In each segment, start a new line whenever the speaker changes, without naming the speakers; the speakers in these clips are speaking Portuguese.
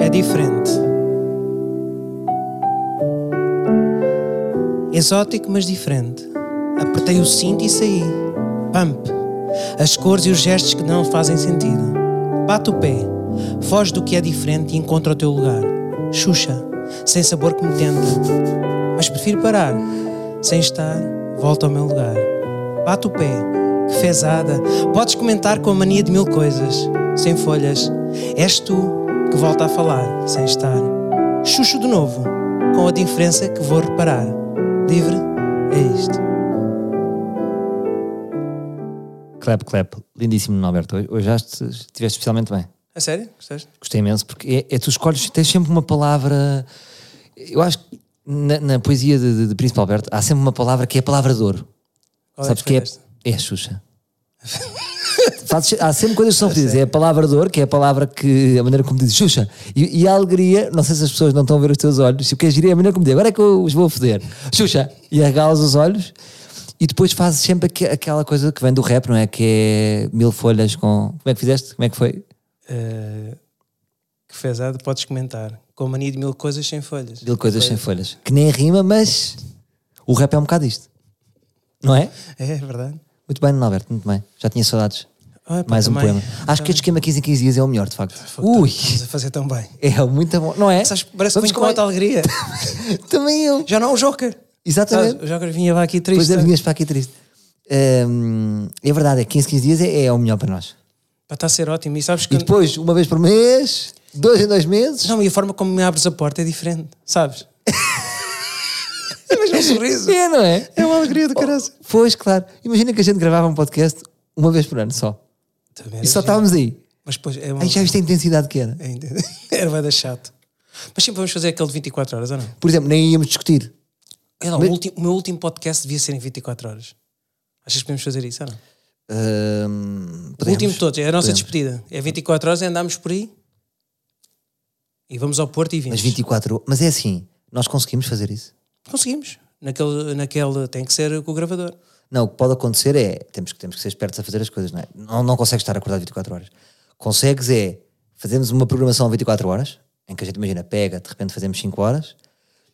É diferente. Exótico, mas diferente. Apertei o cinto e saí. Pump. As cores e os gestos que não fazem sentido. Bate o pé. Foge do que é diferente e encontra o teu lugar. Xuxa. Sem sabor que me tenta. Mas prefiro parar. Sem estar, volto ao meu lugar. Bate o pé. Que fezada. Podes comentar com a mania de mil coisas. Sem folhas. És tu que volta a falar, sem estar. Xuxo de novo, com a diferença que vou reparar. Livre é isto.
Clap, clap. Lindíssimo, Norberto. Hoje- Hoje já est- estiveste especialmente bem.
A É sério? Gostaste?
Gostei imenso, porque é, é tu escolhes, tens sempre uma palavra. Eu acho que na, na poesia de, de, de Príncipe Alberto há sempre uma palavra que é a palavra de ouro.
Qual é
Sabes
que
que é?
escolheste?
É a Xuxa. Fazes- há sempre coisas que são repetidas. É a palavra de ouro, que é a palavra que. a maneira como dizes Xuxa. E, e a alegria, não sei se as pessoas não estão a ver os teus olhos, se o que é girar é a maneira como dizes, agora é que eu os vou foder. Xuxa! E arregalas os olhos e depois fazes sempre aque- aquela coisa que vem do rap, não é? Que é mil folhas com. Como é que fizeste? Como é que foi?
Eh, que fezada, podes comentar. Com a mania de mil coisas sem folhas.
Mil coisas sem folhas. Que nem rima, mas o rap é um bocado isto. Não é?
É, é verdade.
Muito bem, Alberto, muito bem. Já tinha saudades.
Ah, pá,
Mais um
também.
poema. Acho que este esquema 15 em 15 dias é o melhor, de facto.
Ui!
Ui!
Estás a fazer tão bem.
É muito bom, não é?
Sabes, parece que vim com
com-
outra alegria.
Também eu.
Já não o Joker.
Exatamente.
Sabes, o Joker vinha lá aqui triste.
Depois é, vinhas para aqui triste. Hum, é verdade, é 15, 15 dias é, é o melhor para nós.
Pá, Está a ser ótimo. E sabes que.
E depois, uma vez por mês, dois em dois meses.
Não, e a forma como me abres a porta é diferente, sabes? é mesmo um sorriso.
É, não é? Oh,
É uma alegria do caralho.
Pois, claro. Imagina que a gente gravava um podcast uma vez por ano só.
Também era
E
giro.
só estávamos aí.
Mas depois é uma...
Aí já viste a intensidade que era.
é, entende? Era bada chato. Mas sempre vamos fazer aquele de 24 horas, ou não?
Por exemplo, nem íamos discutir. Ah,
Olha lá, o, ulti- o meu último podcast devia ser em 24 horas. Achas que podemos fazer isso, ou não?
Hum,
O último de
podemos.
todos, é a nossa
Podemos.
despedida. É 24 horas e andamos por aí. E vamos ao Porto e
Mas
vimos.
24. Mas é assim, nós conseguimos fazer isso.
Conseguimos. Naquele, naquele tem que ser com o gravador.
Não, o que pode acontecer é temos que, temos que ser espertos a fazer as coisas, não é? Não, não consegues estar acordado 24 horas. Consegues é fazemos uma programação 24 horas, em que a gente imagina, pega, de repente fazemos 5 horas,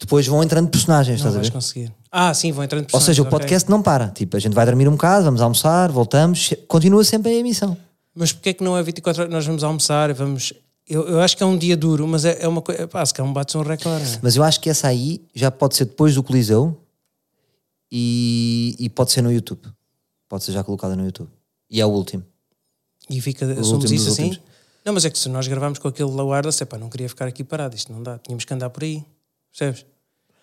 depois vão entrando personagens,
Não
estás a
vais
ver?
conseguir. Ah, sim, vou entrando
Ou seja, o
personagens, ok.
podcast não para. Tipo, a gente vai dormir um bocado, vamos almoçar, voltamos, se- continua sempre a emissão.
Mas porquê é que não é 24 horas? Nós vamos almoçar, vamos. Eu, eu acho que é um dia duro, mas é, é uma coisa. Pá, se calhar um bate um recorde. não é?
Mas eu acho que essa aí já pode ser depois do Coliseu e, e pode ser no YouTube. Pode ser já colocada no YouTube. E é o último.
E fica.
últimos,
Somos isso
os
assim?
últimos.
Não, mas é que se nós gravarmos com aquele low wireless, é pá, não queria ficar aqui parado, isto não dá. Tínhamos que andar por aí. Percebes?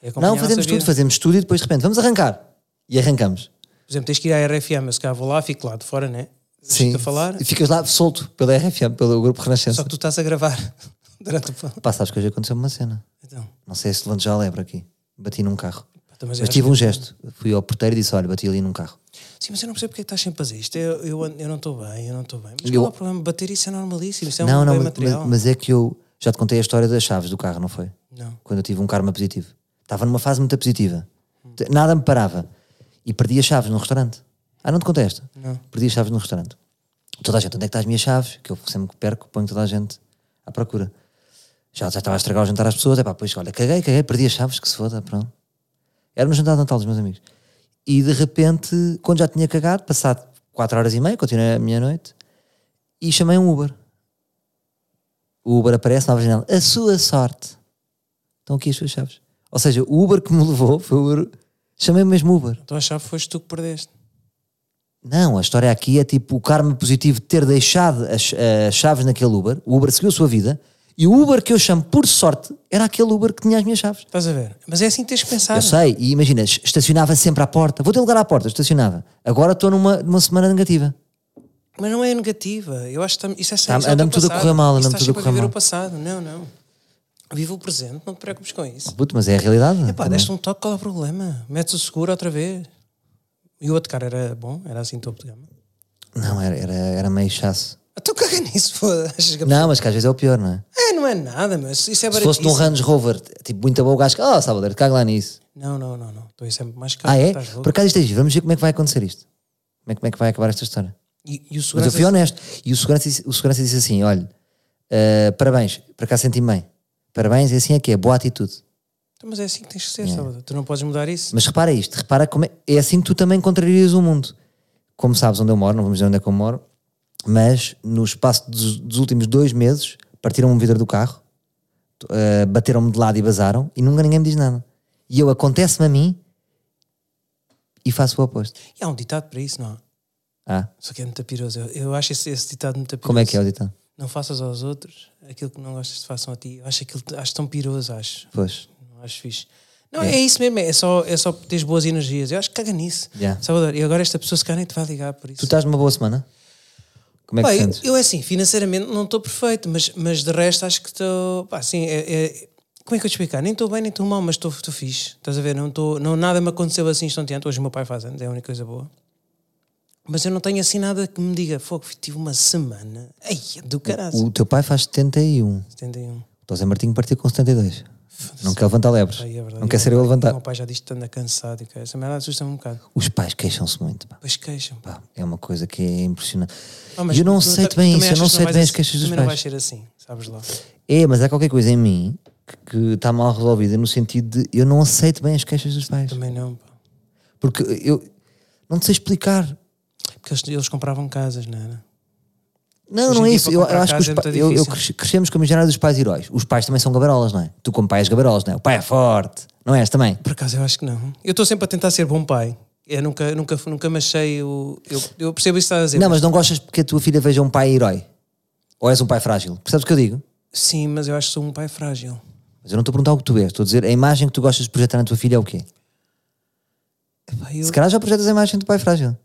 É acompanhar
Não,
a
fazemos
nossa
tudo,
vida.
fazemos tudo e depois de repente vamos arrancar. E arrancamos.
Por exemplo, tens que ir à RFM, eu se calhar vou lá, fico lá de fora, né? Fico a falar,
E ficas lá solto pela RFM, pelo Grupo
só
Renascença.
que tu estás a gravar durante o. pão.
Pá, sabes que hoje aconteceu uma cena.
Então,
Não sei se levantes já a lebre aqui. Bati num carro.
pá, então, mas eu
Mas
acho
tive um gesto. Fui ao porteiro e disse: Olha, bati ali num carro.
que- Sim, mas eu não percebo porque é que estás sempre a fazer isto. Eu, eu, eu não estou bem, eu não estou bem. Mas
Eu-
qual é o problema? Bater isso é normalíssimo, isso é
não,
um
não,
bem
mas,
material.
mas- mas é que eu já te contei a história das chaves do carro, não foi?
Não.
Quando eu tive um karma positivo. Estava numa fase muito positiva. T- Nada me parava. E perdi as chaves num restaurante. Ah, não te contei esta?
Não.
Perdi as chaves num restaurante. Toda a gente, onde é que estás as minhas chaves? Que eu sempre que perco, ponho toda a gente à procura. Já, já estava a estragar o jantar às pessoas. É pá, pois, olha, caguei, caguei, perdi as chaves, que se foda, pronto. Era no jantar de Natal dos meus amigos. E de repente, quando já tinha cagado, passado 4 horas e meia, continuei a minha noite, e chamei um Uber. O Uber aparece na janela. A sua sorte. Estão aqui as suas chaves. Ou seja, o Uber que me levou foi o Uber. Chamei mesmo Uber.
Então a chave foste tu que perdeste.
Não, a história aqui é tipo o karma positivo de ter deixado as, as chaves naquele Uber. O Uber seguiu a sua vida. E o Uber que eu chamo, por sorte, era aquele Uber que tinha as minhas chaves.
Estás a ver? Mas é assim que tens que pensar.
Eu sei, e imagina, es- estacionava sempre à porta. Vou ter lugar à porta, estacionava. Agora estou numa, numa semana negativa.
Mas não é negativa. Eu acho que tam- isso é
Tá,
sempre.
anda-me tudo a correr mal, anda-me tudo a correr
viver
mal.
o passado. Não, não. Viva o presente, não te preocupes com isso.
Puto, mas é a realidade.
Pá,
também.
deste um toque, qual é o problema? Metes o seguro outra vez. E o outro cara era bom, era assim topo de gama.
Não, era, era, era meio chasso.
Então caga nisso, foda-se. Achas que a
Não, mas que às vezes é o pior, não é?
pessoa- É, não é nada, mas isso é
Se fosse
baratíssimo.
num Range Rover, tipo, muito bom, o gajo, ah, oh, Salvador, caga lá nisso.
Não, não, não, não. Então isso é mais caro.
Ah, é?
Estás louco.
Por acaso isto é giro. Vamos ver como é que vai acontecer isto. Como é, como é que vai acabar esta história.
E, e o
Mas
segurança...
eu fui honesto. E o segurança, disse- o segurança disse assim: olha, eh, parabéns, para cá senti-me bem. Parabéns, e assim é que é, boa atitude.
Então, Mas é assim que tens que ser, Salvador. Tu não podes mudar isso.
Mas repara isto, repara como é, é assim que tu também contrarias o mundo. Como sabes onde eu moro, não vamos dizer onde é que eu moro, mas no espaço dos, dos últimos dois meses partiram um vidro do carro, t- eh, bateram-me de lado e bazaram e nunca ninguém me diz nada. E eu acontece-me a mim e faço o oposto.
E há um ditado para isso, não há?
Ah,
Só que é muito piroso. Eu, eu acho esse, esse ditado muito piroso.
como é que é o ditado?
Não faças aos outros aquilo que não gostas que façam a ti. Eu acho, aquilo, acho tão piroso, acho.
Pois.
Não acho fixe. Não, é. isso mesmo, é só, é só teres boas energias. Eu acho que caga nisso.
Yeah.
Salvador, e agora esta pessoa se calhar nem te vai ligar por isso.
Tu estás numa boa semana? Como é que
Pá,
te
eu,
sentes?
eu, assim, financeiramente não estou perfeito, mas, mas de resto acho que estou. pá, Assim, é- é- como é que eu te explicar? Nem estou bem, nem estou mal, mas estou estou fixe. Estás a ver? Não estou não, nada me aconteceu assim instanteante. Hoje o meu pai faz anos, é a única coisa boa. Mas eu não tenho assim nada que me diga, fogo, tive uma semana. Ai, é do caralho.
O teu pai faz 71.
71.
O José Martinho partiu com 72. Não quer levantar lebres.
Aí é verdade.
não quer
E
ser
o
eu a
meu pai-
levantar.
O meu pai já diz que anda cansado e que essa merda assusta-me um bocado.
Os pais queixam-se muito. Pá.
Depois queixam.
Pá, é uma coisa que é impressionante.
Ah, mas
eu não
tu
sei
ta-
bem
também
isso, eu
achas
não
que
sei
vais
bem as
ser-
queixas dos
Também não
pais.
vais ser assim, sabes lá.
É, mas há qualquer coisa em mim que- que está mal resolvida no sentido de eu não aceito bem as queixas dos pais.
Também não, pá.
Porque eu não te sei explicar.
Porque eles, eles compravam casas, não é? era?
Não,
Hoje em
não é
dia,
isso.
para
Eu,
comprar
eu acho que
casa
os
é
pa-
muito
eu- eu
difícil.
cres- crescemos com a miséria dos pais heróis. Os pais também são gabarolas, não é? Tu, como pai, és gabarolas, não é? O pai é forte, não és também?
Por acaso eu acho que não. Eu estou sempre a tentar ser bom pai. Eu nunca, nunca, fu- nunca me achei o. Eu, eu percebo isso que estás a dizer.
Não, mas não gostas porque a tua filha veja um pai herói? Ou és um pai frágil? Percebes o que eu digo?
Sim, mas eu acho que sou um pai frágil.
Mas eu não estou a perguntar o que tu és, estou a dizer a imagem que tu gostas de projetar na tua filha é o quê?
Epá, eu-
Se calhar já projetas a imagem do pai frágil.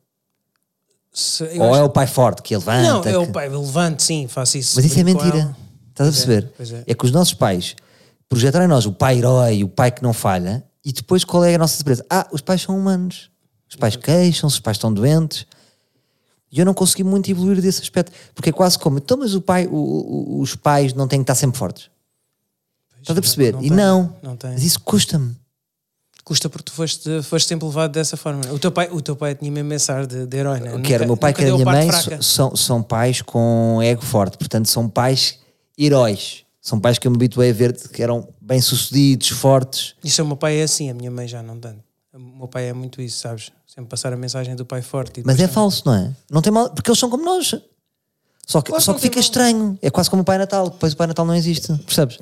se- eu
Ou
acho-
é o pai forte que ele levanta.
Não, é o
que-
pai, eu levanto, sim, faço isso.
Mas isso é
brinco com
mentira.
ela.
Estás a perceber?
pois é.
que os nossos pais projetaram em nós o pai herói, o pai que não falha, e depois qual é a nossa surpresa? Ah, os pais são humanos. Os pais queixam-se, os pais estão doentes. E eu não consegui muito evoluir desse aspecto. Porque é quase como, então, mas o pai, o- o- os pais não têm que estar sempre fortes. Estás a perceber?
não
e
tem,
não.
não tem.
Mas isso custa-me.
Custa porque tu foste, foste sempre levado dessa forma. O teu pai, o teu pai tinha mesmo esse ar de, de herói, não é?
Quer
Nunca-
o meu pai,
nunca
quer a
deu
minha
parte
mãe,
fraca.
so- são, são pais com ego forte, portanto são pais heróis. São pais que eu me habituei a ver que eram bem-sucedidos, fortes.
Isso é o meu pai é assim, a minha mãe já não tanto. O meu pai é muito isso, sabes? Sempre passar a mensagem do pai forte. e
Mas
depois
é
também-
falso, não é? Não tem mal, porque eles são como nós. Só que,
Claro que
só
não tem
que fica
mal.
estranho. É quase como o Pai Natal, depois o Pai Natal não existe. Percebes?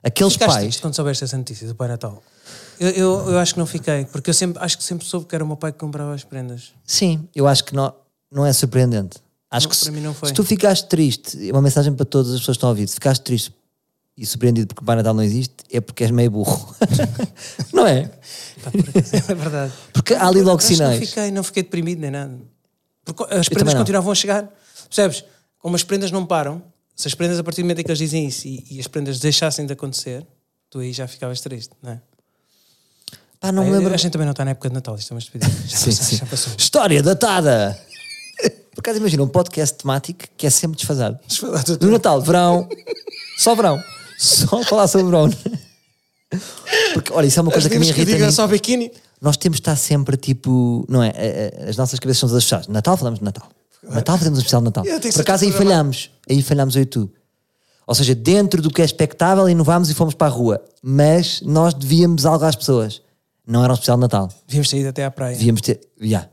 Aqueles
Ficaste
pais.
triste quando soubeste essa notícia do Pai Natal? Eu, eu, eu acho que não fiquei, porque eu sempre, acho que sempre soube que era o meu pai que comprava as prendas.
Sim, eu acho que não, não é surpreendente. Acho
Não,
que se,
para mim não foi.
se tu ficaste triste, é uma mensagem para todas as pessoas que estão a ouvir, se ficaste triste e surpreendido porque o Pai Natal não existe, é porque és meio burro. não é?
Pá, por acaso, é verdade.
Porque há ali logo
Acho que Não
sinais.
fiquei, não fiquei deprimido nem nada. Porque as
também
prendas
não.
continuavam a chegar. Percebes? Como as prendas não param, se as prendas, a partir do momento em que eles dizem isso e, e as prendas deixassem de acontecer, tu aí já ficavas triste, não é?
Pá, não me
Aí,
lembro.
A gente também não está na época de Natal, isto é uma estupidez. Já,
Sim,
passou,
sim.
já passou.
História datada! Por acaso imagina um podcast temático que é sempre desfasado. No Natal, verão, só verão. Só falar sobre verão. Porque, olha, isso é uma coisa que me irrita. a mim.
só biquíni.
Nós temos de estar sempre tipo, não é? A- a- As nossas cabeças são todas fechadas. Natal, falamos de Natal. Natal, fazemos um especial de Natal.
Eu tenho que
Por
ser
acaso aí
programado.
falhamos. Aí falhamos eu e tu. Ou seja, dentro do que é expectável, inovámos e fomos para a rua. Mas nós devíamos algo às pessoas. Não era um especial de Natal.
Devíamos ter ido até à praia.
Devíamos ter. Yeah.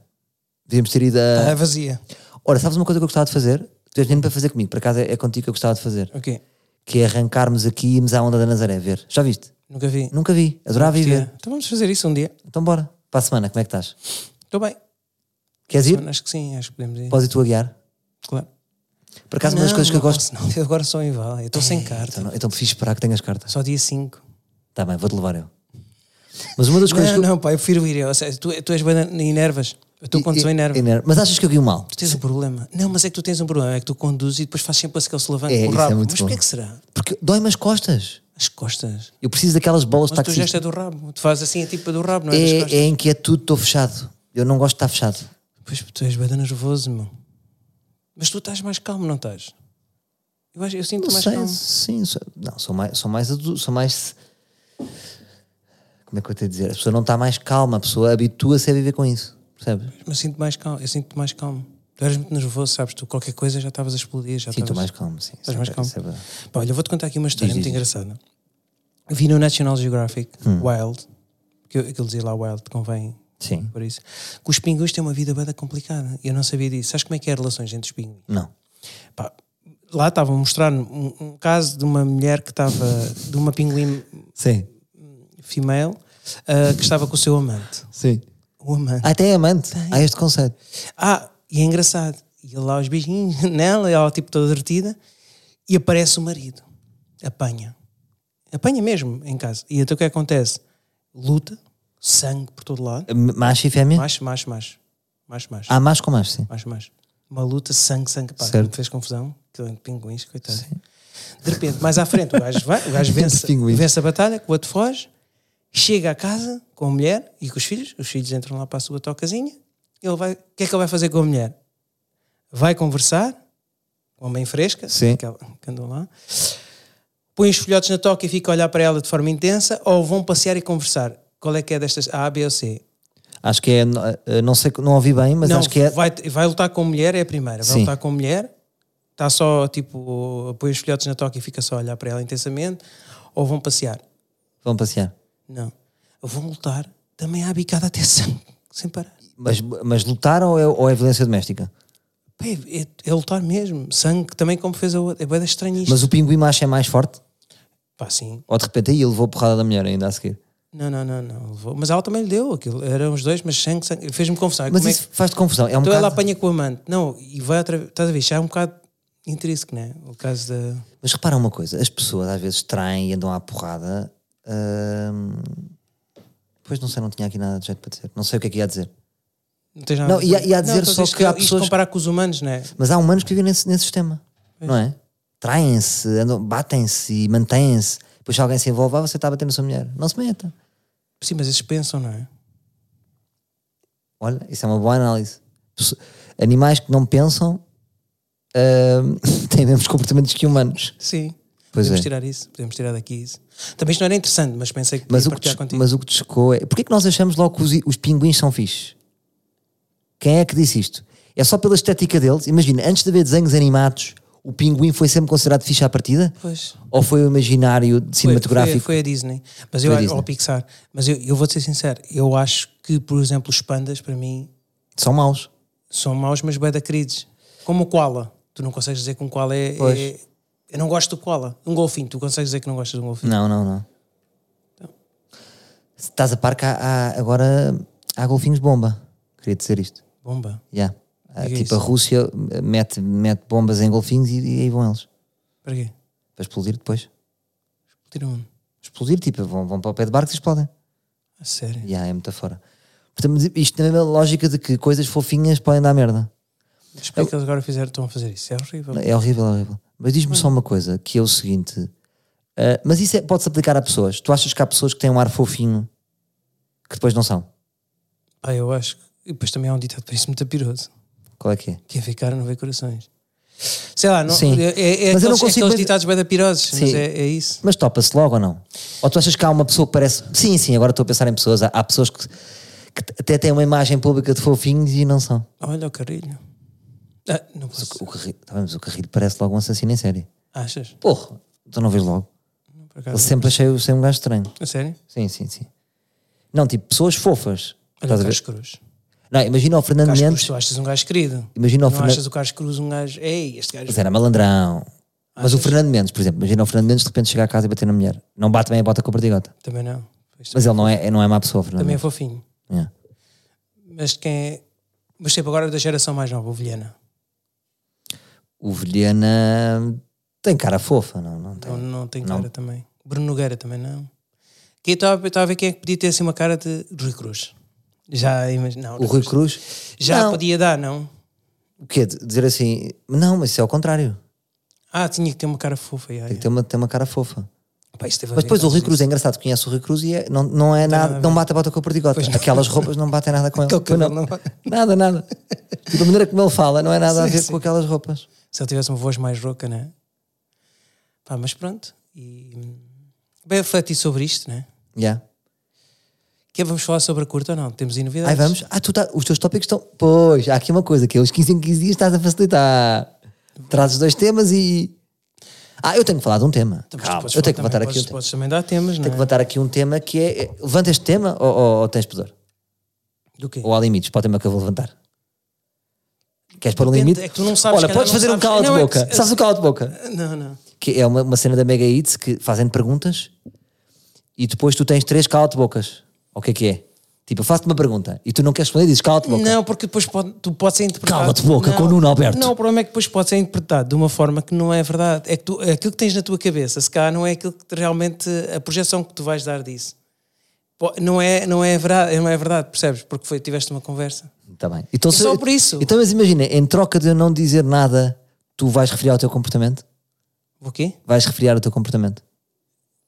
Devíamos ter ido a.
Ah, vazia.
Ora, sabes uma coisa que eu gostava de fazer? Tu és menino para fazer comigo, por acaso é é contigo que eu gostava de fazer.
Ok.
Que é arrancarmos aqui e irmos à onda da Nazaré ver. Já viste?
Nunca vi.
Nunca vi, adorava ir ver.
Então vamos fazer isso um dia.
Então bora, para a semana, como é que estás?
Estou bem.
Queres ir?
Acho que sim, acho que podemos ir.
Podes ir tu a guiar?
Claro.
Por acaso, uma das
Não,
coisas que eu
não
gosto.
posso, não. Eu agora sou em Val. Eu estou sem carta.
Então, não, então prefiro esperar que tenhas cartas.
Só dia 5.
Tá bem, vou-te levar eu. Mas uma das coisas
Não,
que eu.
não, pá, eu prefiro ir. Eu, sei, tu, tu és bem na- enervas. Eu estou quando sou enerva. Tu
Ener- Mas achas que eu guio mal?
tens um problema. Não, mas é que tu tens um problema. É que tu conduzes e depois fazes sempre esse que ele se levanta
É,
com o
isso é
rabo.
muito
mas
bom.
porquê que será?
Porque dói-me as costas.
As costas.
Eu preciso daquelas bolas de
Mas tu
taxista.
gesto é do rabo. Tu fazes assim a tipo do rabo, não é, das
É,
costas?
é em que é tudo, estou fechado. Eu não gosto de estar fechado.
Pois tu és bem nervoso, meu. Mas tu estás mais calmo, não estás? Eu, acho- eu sinto
Não
mais
sei,
calmo.
sim, sou, não, sou mais, sou mais, adu- sou mais, como é que eu tenho a dizer? A pessoa não está mais calma, a pessoa habitua-se a viver com isso, percebes?
Mas sinto mais calmo. Eu sinto mais calmo. Tu eras muito nervoso, sabes? Tu qualquer coisa já estavas a explodir. Já
Sim, estou
estavas-
mais calmo, sim.
Estás mais
Isso é
calmo.
verdade.
Pá, olha, eu vou-te contar aqui uma história
Diz, Hum.
muito
diz,
engraçada. Vi no National Geographic, Wild, que eu- aquilo dizia lá Wild, convém
Sim.
por isso, que os pinguins têm uma vida bem complicada. Eu não sabia disso. Sabes como é que é as relações entre os pinguins?
Não.
Pá, lá estava a mostrar um, um caso de uma mulher que estava, de uma pinguim
Sim.
female, ah, que estava com o seu amante.
Sim.
O amante.
Até é amante. Há este conceito.
Ah, e é engraçado. E ele lá os beijinhos nela, ela tipo toda derretida, e aparece o marido. Apanha. Apanha mesmo em casa. E então o que acontece? Luta, sangue por todo lado.
M- Macho e fêmea?
Macho, macho, macho. Macho, macho.
Há macho com macho, sim.
mais, mais. Uma luta sangue, sangue, pá,
Certo.
me fez confusão. Aquilo entre pinguins, coitado. De repente, mais à frente, o gajo, vai, o gajo vence,
pinguins.
vence a batalha, que o outro foge, chega à casa com a mulher e com os filhos. Os filhos entram lá para a sua tocazinha. Ele vai, o que é que ele vai fazer com a mulher? Vai conversar, com a mãe fresca,
Sim.
aquela que andou lá. Põe os filhotes na toca e fica a olhar para ela de forma intensa ou vão passear e conversar? Qual é que é destas? A, B ou C?
Acho que é. n- eh, Não sei, não ouvi bem, mas
não,
acho que é.
vai, vai lutar com mulher, é a primeira. Vai
Sim.
lutar com mulher, está só tipo, põe os filhotes na toca e fica só a olhar para ela intensamente, ou vão passear.
Vão passear.
Não. Vão lutar, também há bicada até sangue, sem parar.
Mas, mas lutar ou é, ou é violência doméstica?
Pá, É, é- é lutar mesmo, sangue, também como fez a outra. É bem estranho isto.
Mas o pinguim macho é mais forte?
Pá, sim.
Ou de repente aí ele levou a porrada da mulher ainda a seguir?
Não, não, não, não. Levou. Mas ela também lhe deu aquilo. Eram os dois, mas sangue, sangue. Fez-me confusão.
Mas
Como é
isso faz-te confusão. É um
Então ela
bocado...
apanha com o amante. Não, e vai outra vez. Estás a ver? Isto Já é um bocado intrínseco, não é? O caso da.
Mas repara uma coisa: as pessoas às vezes traem e andam à porrada. hum, Pois não sei, não tinha aqui nada de jeito para dizer. Não sei o que é que ia dizer.
Não, tens nada
Não,
a ver com
e há- e há
isso.
dizer
estou
só
isto-
que há
isto
pessoas-
comparar com os humanos, não é?
Mas há humanos que vivem nesse, nesse sistema, não é? Traem-se, andam- batem-se e mantêm-se. Depois se alguém se envolve, ah, você está a bater na sua mulher. Não se meta.
Sim, mas eles pensam, não é?
Olha, isso é uma boa análise. Pesso- Animais que não pensam ahm, têm mesmos comportamentos que humanos.
Sim.
Pois
podemos
é.
tirar isso, podemos tirar daqui isso. Também isto não era interessante, mas pensei que
Mas
ia
o que,
partilhar
te,
contigo.
mas o que te chocou é. Porquê que nós achamos logo que os, i- os pinguins são fixes? Quem é que disse isto? É só pela estética deles? Imagina, antes de haver desenhos animados, o pinguim foi sempre considerado fixe à partida?
Pois.
Ou foi o imaginário de
Foi-
cinematográfico?
Foi, foi a Disney. Mas eu
Foi a
acho,
Disney.
ou a Pixar. Mas eu, eu vou ser sincero, eu acho que, por exemplo, os pandas, para mim,
São maus.
são maus, mas bem da queridos. Como o koala. Tu não consegues dizer que um koala é.
Pois.
é- eu não gosto do koala. Um golfinho, tu consegues dizer que não gostas de um golfinho.
Não, não, não.
Então.
Se Estás a par que há, há- agora há golfinhos bomba. Queria dizer isto.
Bomba.
Yeah. Ah,
Diga
tipo,
isso.
a Rússia mete, mete bombas em golfinhos e, e aí vão eles.
Para quê?
Para explodir depois.
Tira um.
Explodir, tipo, vão, vão para o pé de barcos e explodem.
A sério.
Yeah, é metafora. Portanto, mas isto tem a mesma lógica de que coisas fofinhas podem dar merda.
Explica que eles agora fizeram, estão a fazer isso. É horrível.
É horrível, é horrível. Mas diz-me só uma coisa, que é o seguinte. ah, mas isso é- pode-se aplicar a pessoas. Tu achas que há pessoas que têm um ar fofinho que depois não são?
Ah, eu acho. que- E depois também há um ditado para isso muito apiroso.
Qual é que é?
Quem vê cara não vê corações. Sei lá, não,
Sim.
é, é, é
Mas
aqueles,
eu não
é
consigo
aqueles
ver-
ditados bem apirosos, mas
Sim.
é, é isso.
Mas topa-se logo ou não? Ou tu achas que há uma pessoa que parece. Sim, sim, agora estou a pensar em pessoas. Há, há pessoas que, que t- até têm uma imagem pública de fofinhos e não são.
Olha o carrilho. Ah, não posso.
O Carrilho, tá bem, mas o Carrilho parece logo um assassino em série.
Achas?
Porra, tu não vês logo.
Não, por
Eu
acaso.
sempre achei o um gajo estranho.
A sério?
Sim, sim, sim. Não, tipo, pessoas fofas.
Olha
Estás
o
a
Carlos
ver?
Cruz.
Não, imagina o Fernando
Carlos
Mendes.
Cruz, tu achas um gajo querido.
Imagina o
não
Fernando-
achas o Carlos Cruz um gajo. Ei, este gajo.
Mas é- era malandrão.
Ah,
Mas o Fernando Mendes, por exemplo, imagina o Fernando Mendes de repente chegar a casa e bater na mulher. Não bate bem a bota com a perdigota.
Também não. Isto
Mas ele não é, é- não é má pessoa, Fernando.
também é
Mendes.
fofinho.
Yeah.
Mas de quem é. Mas sempre agora da geração mais nova, o Vilhena.
O Vilhena tem cara fofa, não, não tem.
Não, não tem cara também. Bruno Nogueira também não. Aqui eu estava eu estava a ver quem é que podia ter assim uma cara de Rui Cruz. Já imagina. não,
O Rui Cruz.
Já
não,
podia dar, não?
O quê? De- Dizer assim. Não, mas isso é ao contrário.
Ah, tinha que ter uma cara fofa. Yeah,
Tem que
yeah.
ter uma, tem uma cara fofa.
Pá, isso teve a
Mas
ver
depois
com
o Rui
isso.
Cruz é engraçado, conhece o Rui Cruz e é- não, não é nada, não bate a bota com a perdigota. Aquelas roupas não batem nada com ele.
Aquele
Pois
cabelo
não.
Então não bate.
Nada, nada. Tipo, a maneira como ele fala não é nada a
Sim,
ver
sim.
com aquelas roupas.
Se ele tivesse uma voz mais rouca, né? Pá, mas pronto. E. hum, Bem, refletir sobre isto, né?
Yeah.
Que é, vamos falar sobre a curta ou não? Temos aí novidades.
Aí vamos. Ah, tu tá, os teus tópicos estão. Pois, há aqui uma coisa que é os 15 em 15 dias estás a facilitar. Trazes dois temas e. Ah, eu tenho que falar de um tema.
Então, Mas tu
Calma,
podes
eu
falar
tenho que
também,
levantar aqui
podes,
um tema.
podes também dar temas, não
Tenho que
é?
levantar aqui um tema que é. é- Levanta este tema ou, ou- ou tens pudor?
Do quê?
Ou há limites para o tema que eu vou levantar? Queres pôr um
Depende,
limite?
é que tu não sabes, se
Olha,
calhar
podes
não
fazer um
sabes.
cala de
Não, é que-
boca. Sabes o cala de boca?
Não, não.
Que é uma, uma cena da Mega Hits que fazem perguntas e depois tu tens três cala de bocas. O que é que é? Tipo, eu faço-te uma pergunta e tu não queres responder e dizes cala de boca.
Não, porque depois pode, tu pode ser interpretado.
Cala-te boca
Não.
com o Nuno Alberto.
Não, o problema é que depois pode ser interpretado de uma forma que não é verdade. É que tu, aquilo que tens na tua cabeça, se calhar, não é aquilo que te- realmente. a projeção que tu vais dar disso. Po- Não é, não é, verdade, não é verdade, percebes? Porque foi, tiveste uma conversa.
Tá bem. Então,
É só por isso.
Então, mas imagina, em troca de eu não dizer nada, tu vais refriar o teu comportamento?
O quê?
Vais refriar o teu comportamento?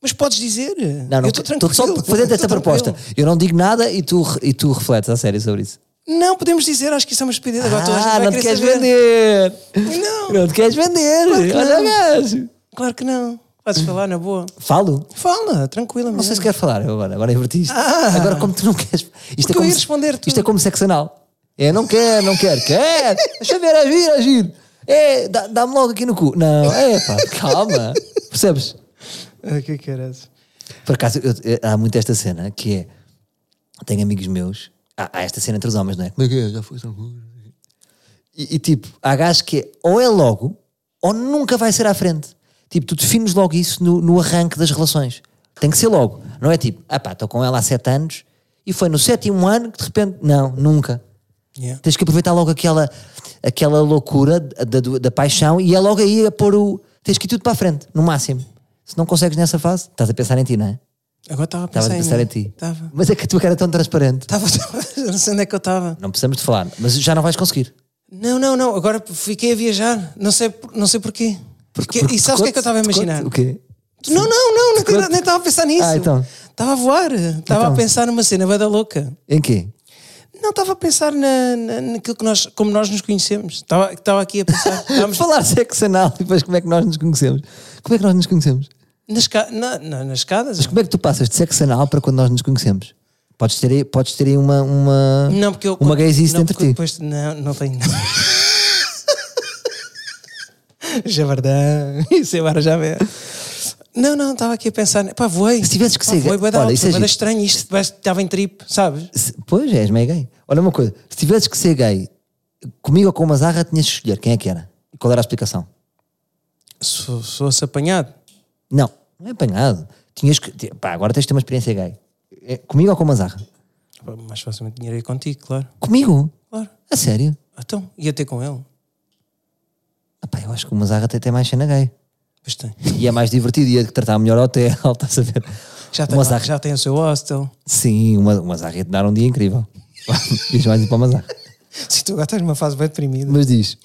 Mas podes dizer.
Não, não,
Eu estou
estou
tranquilo.
só fazendo
Tô
esta proposta.
tranquilo.
Eu não digo nada e tu, re- e tu refletes a sério sobre isso.
Não, podemos dizer, acho que isso é uma estupidez. Agora toda a gente
ah,
vai
não te
querer
queres
saber.
vender!
Não,
Não te queres vender!
Claro que
Olha o
não.
gajo!
claro que não. Podes falar na boa.
Falo?
Fala, tranquila,
Não sei se quero falar eu agora, agora inverti isto. Agora, como tu não queres. Isto
Porque eu
como
ia
se-
responder tudo.
Isto é como sexo anal. É, não quero, não quero, quer! Deixa ver, agir, agir! É, dá- dá-me logo aqui no cu. Não, é pá, calma! Percebes?
O que é que era isso?
Por acaso, eu- eu- há muito esta cena que é. Tenho amigos meus. Há, há esta cena entre os homens, não é? Como é que é? Já foi tranquilo. E, e, tipo, há gajos que é ou é logo ou nunca vai ser à frente. Tipo, tu defines logo isso no, no arranque das relações. Tem que ser logo. Não é tipo, ah pá, estou com ela há sete anos e foi no sétimo ano que de repente. Não, nunca.
Yeah.
Tens que aproveitar logo aquela, aquela loucura da, da- da paixão e é logo aí a pôr o. Tens que ir tudo para a frente, no máximo. Se não consegues nessa fase, estás a pensar em ti, não é?
Agora estava a
Estavas
pensar,
a pensar
mim.
em ti.
Estava.
Mas é que a tua cara é tão transparente.
Estava, estava- não sei onde é que eu estava.
Não precisamos de falar, mas já não vais conseguir.
Não, não, não, agora fiquei a viajar, não sei, por- não sei porquê. Porque, e sabes o que é que eu estava a
Te conto-
imaginar?
O quê?
Não, não, não, não, tem
conto-
nada- nem estava a pensar nisso.
Ah, então.
Estava a voar, estava a pensar numa cena bué da louca.
Em quê?
Não, estava a pensar na, na- naquilo que nós, como nós nos conhecemos. Estava, estava aqui a pensar, estávamos
Falar sexo anal e depois como é que nós nos conhecemos? Como é que nós nos conhecemos?
nas, esca- na- na- nas escadas.
Como é que tu passas de sexo anal para quando nós nos conhecemos? Podes ter aí, podes ter aí uma, uma,
Não, porque eu.
uma gaysice
não,
dentro de
porque
ti.
Depois, não, não tenho. Não. Javardão, isso é agora já vê. Não, não, estava aqui a pensar. Pá, voei.
Se tivesses que
Pá,
ser
Voei,
gay-
bué da
Olha,
alto,
isso é
bué da
giro.
estranho isto. parece que Estava em trip, sabes?
Se- pois, és meio gay. Olha uma coisa, se tivesses que ser gay, comigo ou com uma zarra, tinhas de escolher quem é que era. Qual era a explicação?
Se fo- se fosse apanhado.
Não, não é apanhado. Tinhas que, ti- pá, agora tens de ter uma experiência gay. É, Comigo ou com uma zarra?
Pá, Mais facilmente dinheiro aí contigo, claro.
Comigo?
Claro.
A sério?
Então, ia ter com ele.
Ah pá, eu acho que o Mazarra tem até mais cena gay.
Pois tem.
E é mais divertido, ia tratar melhor ao hotel, estás a ver?
Já
O
tem,
Mazarra-
já tem o seu hostel.
Sim, o Ma- o Mazarra ia te dar um dia incrível. Diz mais ir para o Mazarra.
Se tu agora estás numa fase bem deprimida.
Mas diz.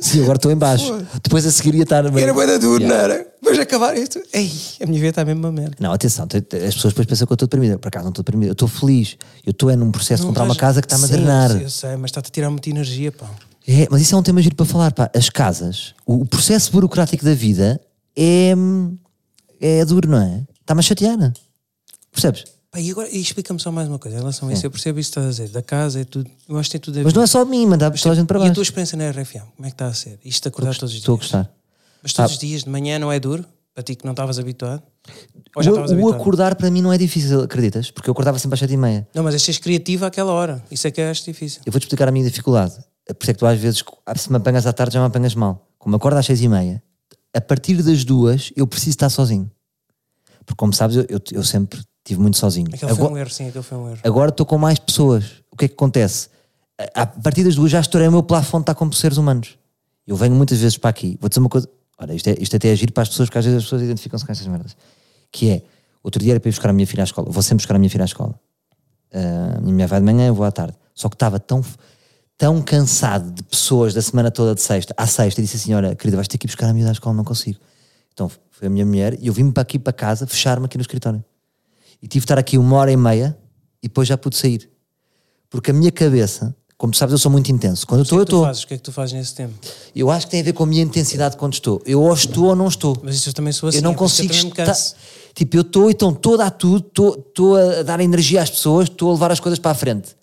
Sim, agora estou em baixo. Depois a seguir ia estar.
Era bué da duro, não era? Vamos acabar isto. Ei, a minha vida está mesmo uma merda.
Não, atenção, te- te- as pessoas depois pensam que eu estou deprimido. Por acaso não estou deprimido, eu estou feliz. Eu estou é num processo de comprar uma
Mas-
casa que está-me a
Sim,
drenar.
Eu sei, mas está-te a tirar muita energia, pá.
É, mas isso é um tema giro para falar, pá. As casas, o, o processo burocrático da vida é. é duro, não é? Está-me a chatear. Percebes?
Pá, e agora, e explica-me só mais uma coisa em relação a isso. Eu percebo isso que estás a dizer, da casa e tudo. Eu acho que tem tudo a ver.
Mas não é só a mim, mandar toda a gente para
E a
baixo.
tua experiência na RFM, como é que está a ser? Isto de acordar todos os
Estou a
dias?
gostar.
Mas todos os dias de manhã não é duro? Para ti que não estavas habituado? Ou Oh, já
O-
estavas
o,
habituado?
acordar para mim não é difícil, acreditas? Porque eu acordava sempre às 7 e meia.
Não, mas és seres criativo àquela hora. Isso é que eu acho difícil.
Eu vou-te explicar a minha dificuldade. Por isso é que tu às vezes, se me apanhas à tarde, já me apanhas mal. Como acordo às 6 e meia, a partir das duas eu preciso estar sozinho. Porque como sabes, eu, eu- eu sempre estive muito sozinho.
Aquele
Agora-
foi um erro, sim, aquele foi um erro.
Agora estou com mais pessoas. O que é que acontece? A- A partir das duas já estourei o meu plafond de estar com seres humanos. Eu venho muitas vezes para aqui. Vou dizer uma coisa. Olha, isto, é, isto até é giro para as pessoas, porque às vezes as pessoas identificam-se com estas merdas. Que é, outro dia era para ir buscar a minha filha à escola. Vou sempre buscar a minha filha à escola. Ah, a minha mãe vai de manhã, eu vou à tarde. Só que estava tão, f- tão cansado de pessoas da semana toda de sexta à sexta. E disse assim, olha, querida, vais ter que ir buscar a minha à escola, não consigo. Então foi a minha mulher e eu vim-me para aqui para casa, fechar-me aqui no escritório e tive de estar aqui uma hora e meia e depois já pude sair. Porque a minha cabeça, como tu sabes, eu sou muito intenso. Quando eu estou, eu
O que é que tu
estou.
fazes? O que é que tu fazes nesse tempo?
Eu acho que tem a ver com a minha intensidade quando estou. Eu ou estou ou não estou.
Mas isso eu também sou assim.
eu não
é por isso que
consigo
Eu também me
estar.
canso.
Tipo, eu estou, então estou a dar tudo, estou- estou a dar energia às pessoas, estou a levar as coisas para a frente.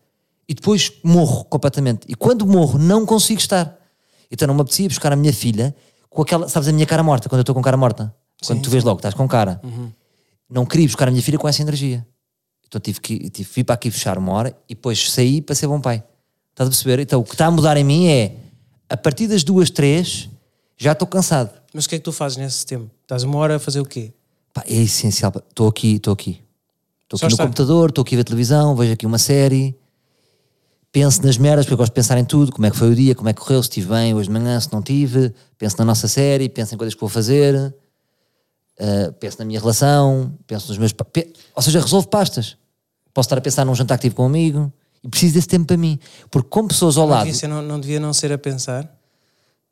E depois morro completamente. E quando morro, não consigo estar. Então não me apetecia buscar a minha filha com aquela, sabes, a minha cara morta, quando eu estou com cara morta. Quando tu vês logo, estás com cara.
Uhum.
Não queria ir buscar a minha filha com essa energia. Então tive que tive, fui para aqui fechar uma hora e depois saí para ser bom pai. Estás a perceber? Então o que está a mudar em mim é, a partir das duas, três, já estou cansado.
Mas o que é que tu fazes nesse tempo? Estás uma hora a fazer o quê?
Pá, é essencial. pá. Estou aqui, estou aqui. Estou
Só
aqui no
estar.
computador, estou aqui a ver televisão, vejo aqui uma série. Penso nas merdas, porque eu gosto de pensar em tudo, como é que foi o dia, como é que correu, se estive bem hoje de manhã, se não tive. Penso na nossa série, penso em coisas que vou fazer. ah, penso na minha relação, penso nos meus... pa- pe- Ou seja, resolvo pastas. Posso estar a pensar num jantar que tive com um amigo. E preciso desse tempo para mim. Porque com pessoas ao
Não
lado...
devia, ser- não, não devia não ser a pensar.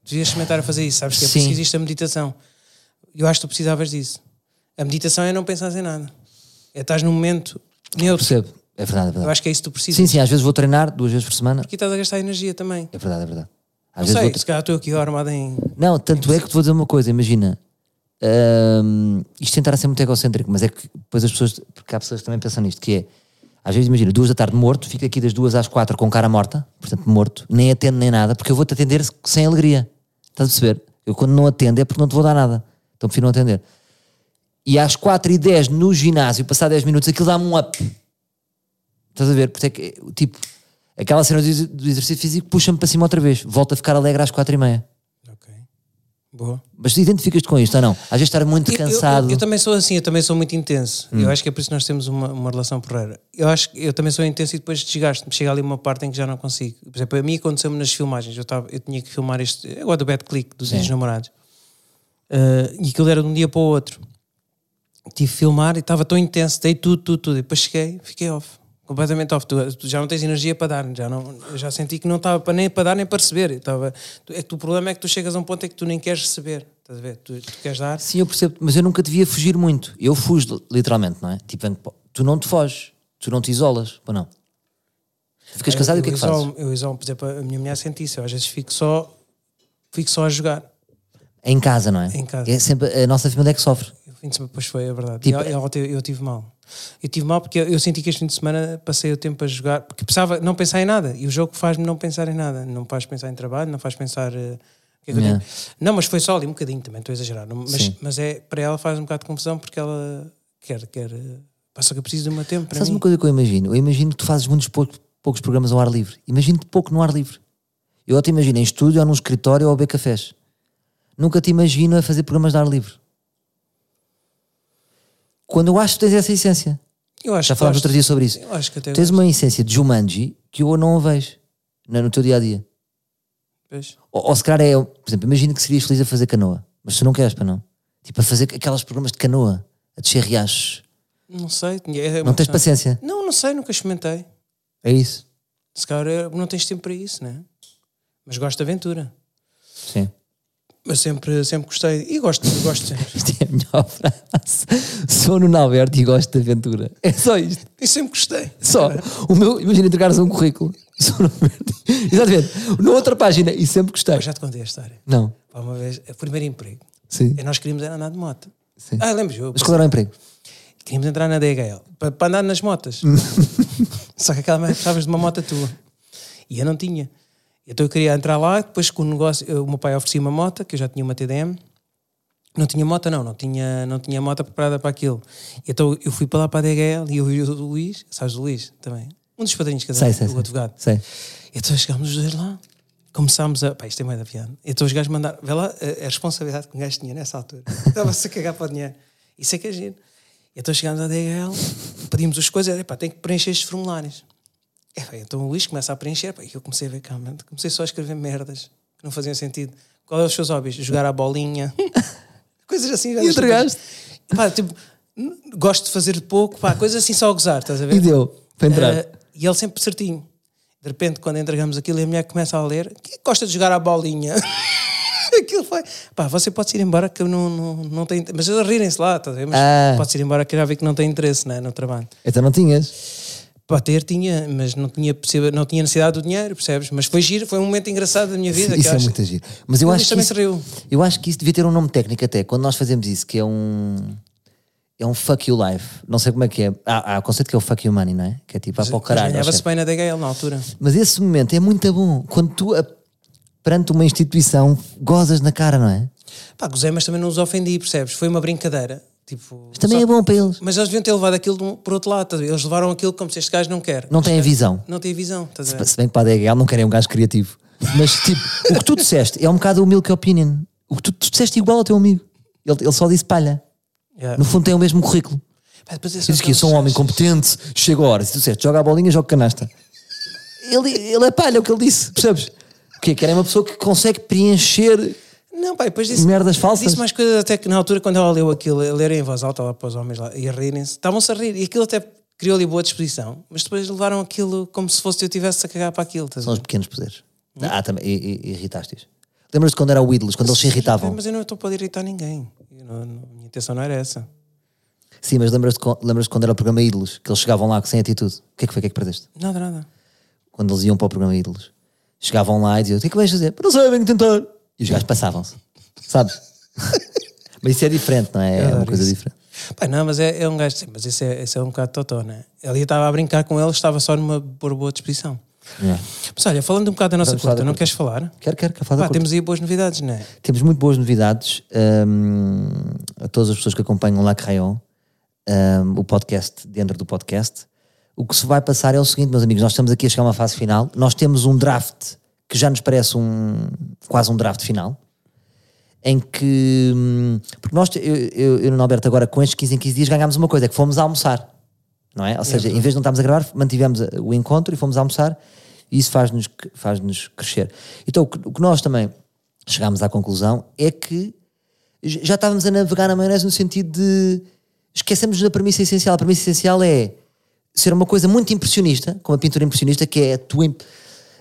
Devias experimentar a fazer isso. Sabes que é
Sim.
preciso isto da meditação. Eu acho que tu precisavas disso. A meditação é não pensar em nada. É estás num momento neutro.
Percebo. É verdade, é
Eu
verdade.
acho que é isso que tu precisas.
Sim, sim, às vezes vou treinar duas vezes por semana.
Aqui estás a gastar energia também.
É verdade, é verdade. Às
Não
vezes
sei,
vou,
se calhar estou aqui armado em.
Não, tanto é que te vou dizer uma coisa, imagina. hum, isto tentará ser muito egocêntrico, mas é que depois as pessoas, porque há pessoas que também pensam nisto, que é, às vezes imagina, duas da tarde morto, fico aqui das duas às quatro com cara morta, portanto morto, nem atendo nem nada, porque eu vou-te atender sem alegria. Estás a perceber? Eu quando não atendo é porque não te vou dar nada, então prefiro não atender. E às quatro e dez no ginásio, passar 10 minutos, aquilo dá-me um up. Estás a ver? Porque é que, tipo, aquela cena do ex- do exercício físico puxa-me para cima outra vez, volto a ficar alegre às quatro e meia.
Ok. Boa.
Mas identificas-te com isto ou não? Às vezes estar muito
Eu- eu-
cansado. Hum.
Eu, também sou assim, eu também sou muito intenso. Eu acho que é por isso que nós temos uma, uma relação porreira. Eu acho que eu também sou intenso e depois desgasto-me. Chega ali uma parte em que já não consigo. Por exemplo, a mim aconteceu-me nas filmagens. Eu, tava, eu tinha que filmar este. Agora do Bad Click, dos Dias dos Namorados. Ah, e aquilo era de um dia para o outro. Tive que filmar e estava tão intenso, dei tudo, tudo, tudo. E depois cheguei, fiquei off. Completamente off. Tu, tu já não tens energia para dar, já não, eu já senti que não estava para- nem para dar nem para receber. Eu tava- tu- é que o problema é que tu chegas a um ponto em que tu nem queres receber. Estás a ver? Tu, tu queres dar.
Sim, eu percebo, mas eu nunca devia fugir muito. Eu fujo, literalmente, não é? Tipo, ando pa- tu não te foges, tu não te isolas, ou não? Tu ficas cansado e o que é que fazes?
isolo-me, Eu isolo, por exemplo, a minha mulher sente isso. Eu às vezes fico só, fico só a jogar.
É em casa, não é?
Em casa.
É sempre, a nossa família é que sofre.
O fim de semana, pois foi, é verdade.
Tipo,
E eu, eu, eu tive mal. Eu tive mal porque eu, eu senti que este fim de semana passei o tempo a jogar, porque precisava não pensar em nada. E o jogo faz-me não pensar em nada. Não faz pensar em trabalho, não faz pensar. eh, o que é que eu
Yeah.
tenho. Não, mas foi só ali um bocadinho também, estou a exagerar. Não- Mas, mas é, para ela faz um bocado de confusão porque ela quer, quer. eh, Passa que eu preciso de uma tempo para
Sabes
mim.
uma coisa que eu imagino? Eu imagino que tu fazes muitos poucos, poucos programas ao ar livre. Imagino-te pouco no ar livre. Eu ou te imagino em estúdio, ou num escritório, ou a beber cafés. Nunca te imagino a fazer programas de ar livre. Quando eu acho que tens essa essência.
Eu acho
Já
que
falámos
gosto.
outro dia sobre isso.
Eu acho que até.
Tu tens uma essência de Jumanji que eu não a vejo na- no teu dia a dia.
gosto.
Ou, ou se calhar é, por exemplo, imagina que serias feliz a fazer canoa, mas tu não queres para não. Tipo, a fazer aqueles programas de canoa, a descer riachos.
Não sei. tinha- é
Não
uma-
tens paciência.
Não, não sei, nunca experimentei.
É isso?
Se calhar eh, não tens tempo para isso, né? Mas gosto de aventura.
Sim.
Mas sempre, sempre gostei. E gosto, gosto sempre.
Isto é a melhor frase. Sou Nuno Alberto e gosto de aventura. É só isto.
E sempre gostei.
Só. O meu, imagina entregares um currículo. Sou Nuno Alberto. Exatamente. Na outra página, e sempre gostei.
Eu já te contei a história.
Não.
Pá, Uma vez, o primeiro emprego.
Sim.
E nós queríamos era andar de moto.
Sim.
Ah, lembro eu
Mas qual era o emprego?
Queríamos entrar na DHL para, para andar nas motas. Só que aquela merda precisavas de uma moto tua. E eu não tinha. Então eu queria entrar lá, depois com o negócio, eu- o meu pai oferecia uma moto, que eu já tinha uma TDM. Não tinha moto, não, não tinha, não tinha moto preparada para aquilo. E então eu fui para lá para a DHL e eu vi o Luís, sabes o Luís também? Um dos padrinhos de casamento,
Sei, sei,
o
sei.
advogado.
Sei.
Então chegámos os dois lá, começámos a. Pá, isto é mais da piada. Então os gajos mandaram. Vê lá a, a responsabilidade que um gajo tinha nessa altura. Estava-se a cagar para o dinheiro. Isso é que é giro. Então chegámos à DHL, pedimos as coisas, era, pá, tem que preencher estes formulários. É, pá, então o Luís começa a preencher, pá, e eu comecei a ver cá, mano, comecei só a escrever merdas que não faziam sentido. Qual é os seus hobbies? Jogar à bolinha, coisas assim. E
entregaste?
Pá, tipo, n- gosto de fazer pouco, pá, coisas assim só a gozar, estás a ver?
E deu. Para entrar.
Eh, e ele sempre certinho. De repente, quando entregamos aquilo, a mulher começa a ler: é que gosta de jogar à bolinha? aquilo foi. Pá, você pode ir embora que eu não, não, não tenho. Mas eles rirem-se lá, estás a ver? Mas
Ah.
pode ir embora que eu já vi que não tem interesse né, no trabalho.
Então não tinhas.
Pá, ter tinha, mas não tinha, possível- não tinha necessidade do dinheiro, percebes? Mas foi giro, foi um momento engraçado da minha vida.
Isso
que
é
acho-
muito giro. Mas eu
Ele
acho, que
também se
isso,
riu.
eu acho que isso devia ter um nome técnico até. Quando nós fazemos isso, que é um. É um fuck you life. Não sei como é que é. Há, há o conceito que é o fuck you money, não é? Que é tipo, ah, para o
Mas
caralho. ó
ganhava-se
chefe.
bem na DHL na altura.
Mas esse momento é muito bom. Quando tu. a- perante uma instituição, gozas na cara, não é?
Pá, gozei, mas também não os ofendi, percebes? Foi uma brincadeira. Tipo,
Mas também
só-
é bom para eles.
Mas eles deviam ter levado aquilo de um- por outro lado. estás a ver? Eles levaram aquilo como se este gajo não quer.
Não têm a visão.
Não tem visão, estás a ver?
Se bem que para a DHL não querem um gajo criativo. Mas tipo, o que tu disseste é um bocado o milk opinion. O que tu, tu disseste igual ao teu amigo. Ele, ele só disse palha.
Yeah.
No fundo tem o mesmo currículo.
Pá, depois é só
Dizes que eu sou um homem competente, chego a hora. Se tu disseste, joga a bolinha, joga canasta. Ele, ele é palha, é o que ele disse, percebes? O que é que era uma pessoa que consegue preencher.
Não, pá, e depois disse,
Merdas falsas.
disse mais coisas até que na altura quando ela leu aquilo, a lerem em voz alta lá para os homens lá e a rirem-se, estavam-se a rir e aquilo até criou ali boa disposição, mas depois levaram aquilo como se fosse eu tivesse a cagar para aquilo. estás a
São os pequenos poderes. Ah, também, e, e, irritaste-os. Lembras-te quando era o Idlos, quando eles se
ver?
irritavam?
Mas eu não estou para irritar ninguém. Eu não- não- a minha intenção não era essa.
Sim, mas lembras-te co- lembras-te quando era o programa Ídolos, que eles chegavam lá sem atitude. O que é que foi? O que é que perdeste?
Nada, nada.
Quando eles iam para o programa Ídolos, chegavam lá e diziam: O que é que vais fazer? Não sei, venho tentar. E os gajos passavam-se, sabes? mas isso é diferente, não é? É uma
adoro
coisa
isso.
diferente.
Pá, não, mas é, é um gajo, mas esse é, esse é um bocado totó, né? Ele estava a brincar com ele, estava só numa boa boa disposição.
Yeah.
Mas olha, falando um bocado da nossa
Vamos falar
curta,
da
não
curta.
queres falar?
É. Quero, quero, quero falar
Pá,
da curta.
temos aí boas novidades, não é?
Temos muito boas novidades hum, a todas as pessoas que acompanham La Crayon, hum, o podcast dentro do podcast. O que se vai passar é o seguinte, meus amigos, nós estamos aqui a chegar a uma fase final. Nós temos um draft que já nos parece um quase um draft final, em que hum, porque nós, eu, eu, eu e o Nuno Alberto agora com estes 15 em 15 dias ganhámos uma coisa, é que fomos almoçar, não é? Ou seja, em vez de não estarmos a gravar, mantivemos a- o encontro e fomos almoçar e isso faz-nos faz crescer. Então o que, o que nós também chegámos à conclusão é que j- já estávamos a navegar na maionese no sentido de esquecemos da premissa essencial. A premissa essencial é ser uma coisa muito impressionista, como a pintura impressionista, que é a tua imp-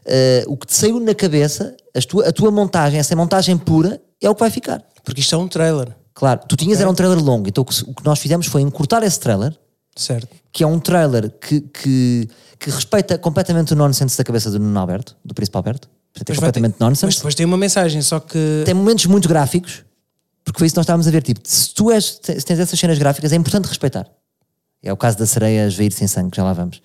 eh, o que te saiu na cabeça, as tua- a tua montagem, essa montagem pura, é o que vai ficar.
Porque isto é um trailer,
Claro, tu tinhas era um trailer longo, então o que, se- o que nós fizemos foi encurtar esse trailer,
certo?
que é um trailer que, que, que respeita completamente o nonsense da cabeça do Nuno Alberto, do Príncipe Alberto. Portanto, é
Mas vai ter-
completamente
Mas
nonsense.
depois tem uma mensagem, só que.
Tem momentos muito gráficos, porque foi isso que nós estávamos a ver. Tipo, se tu és, te- se tens essas cenas gráficas, é importante respeitar. É o caso da sereia esvair sem sangue, já lá vamos.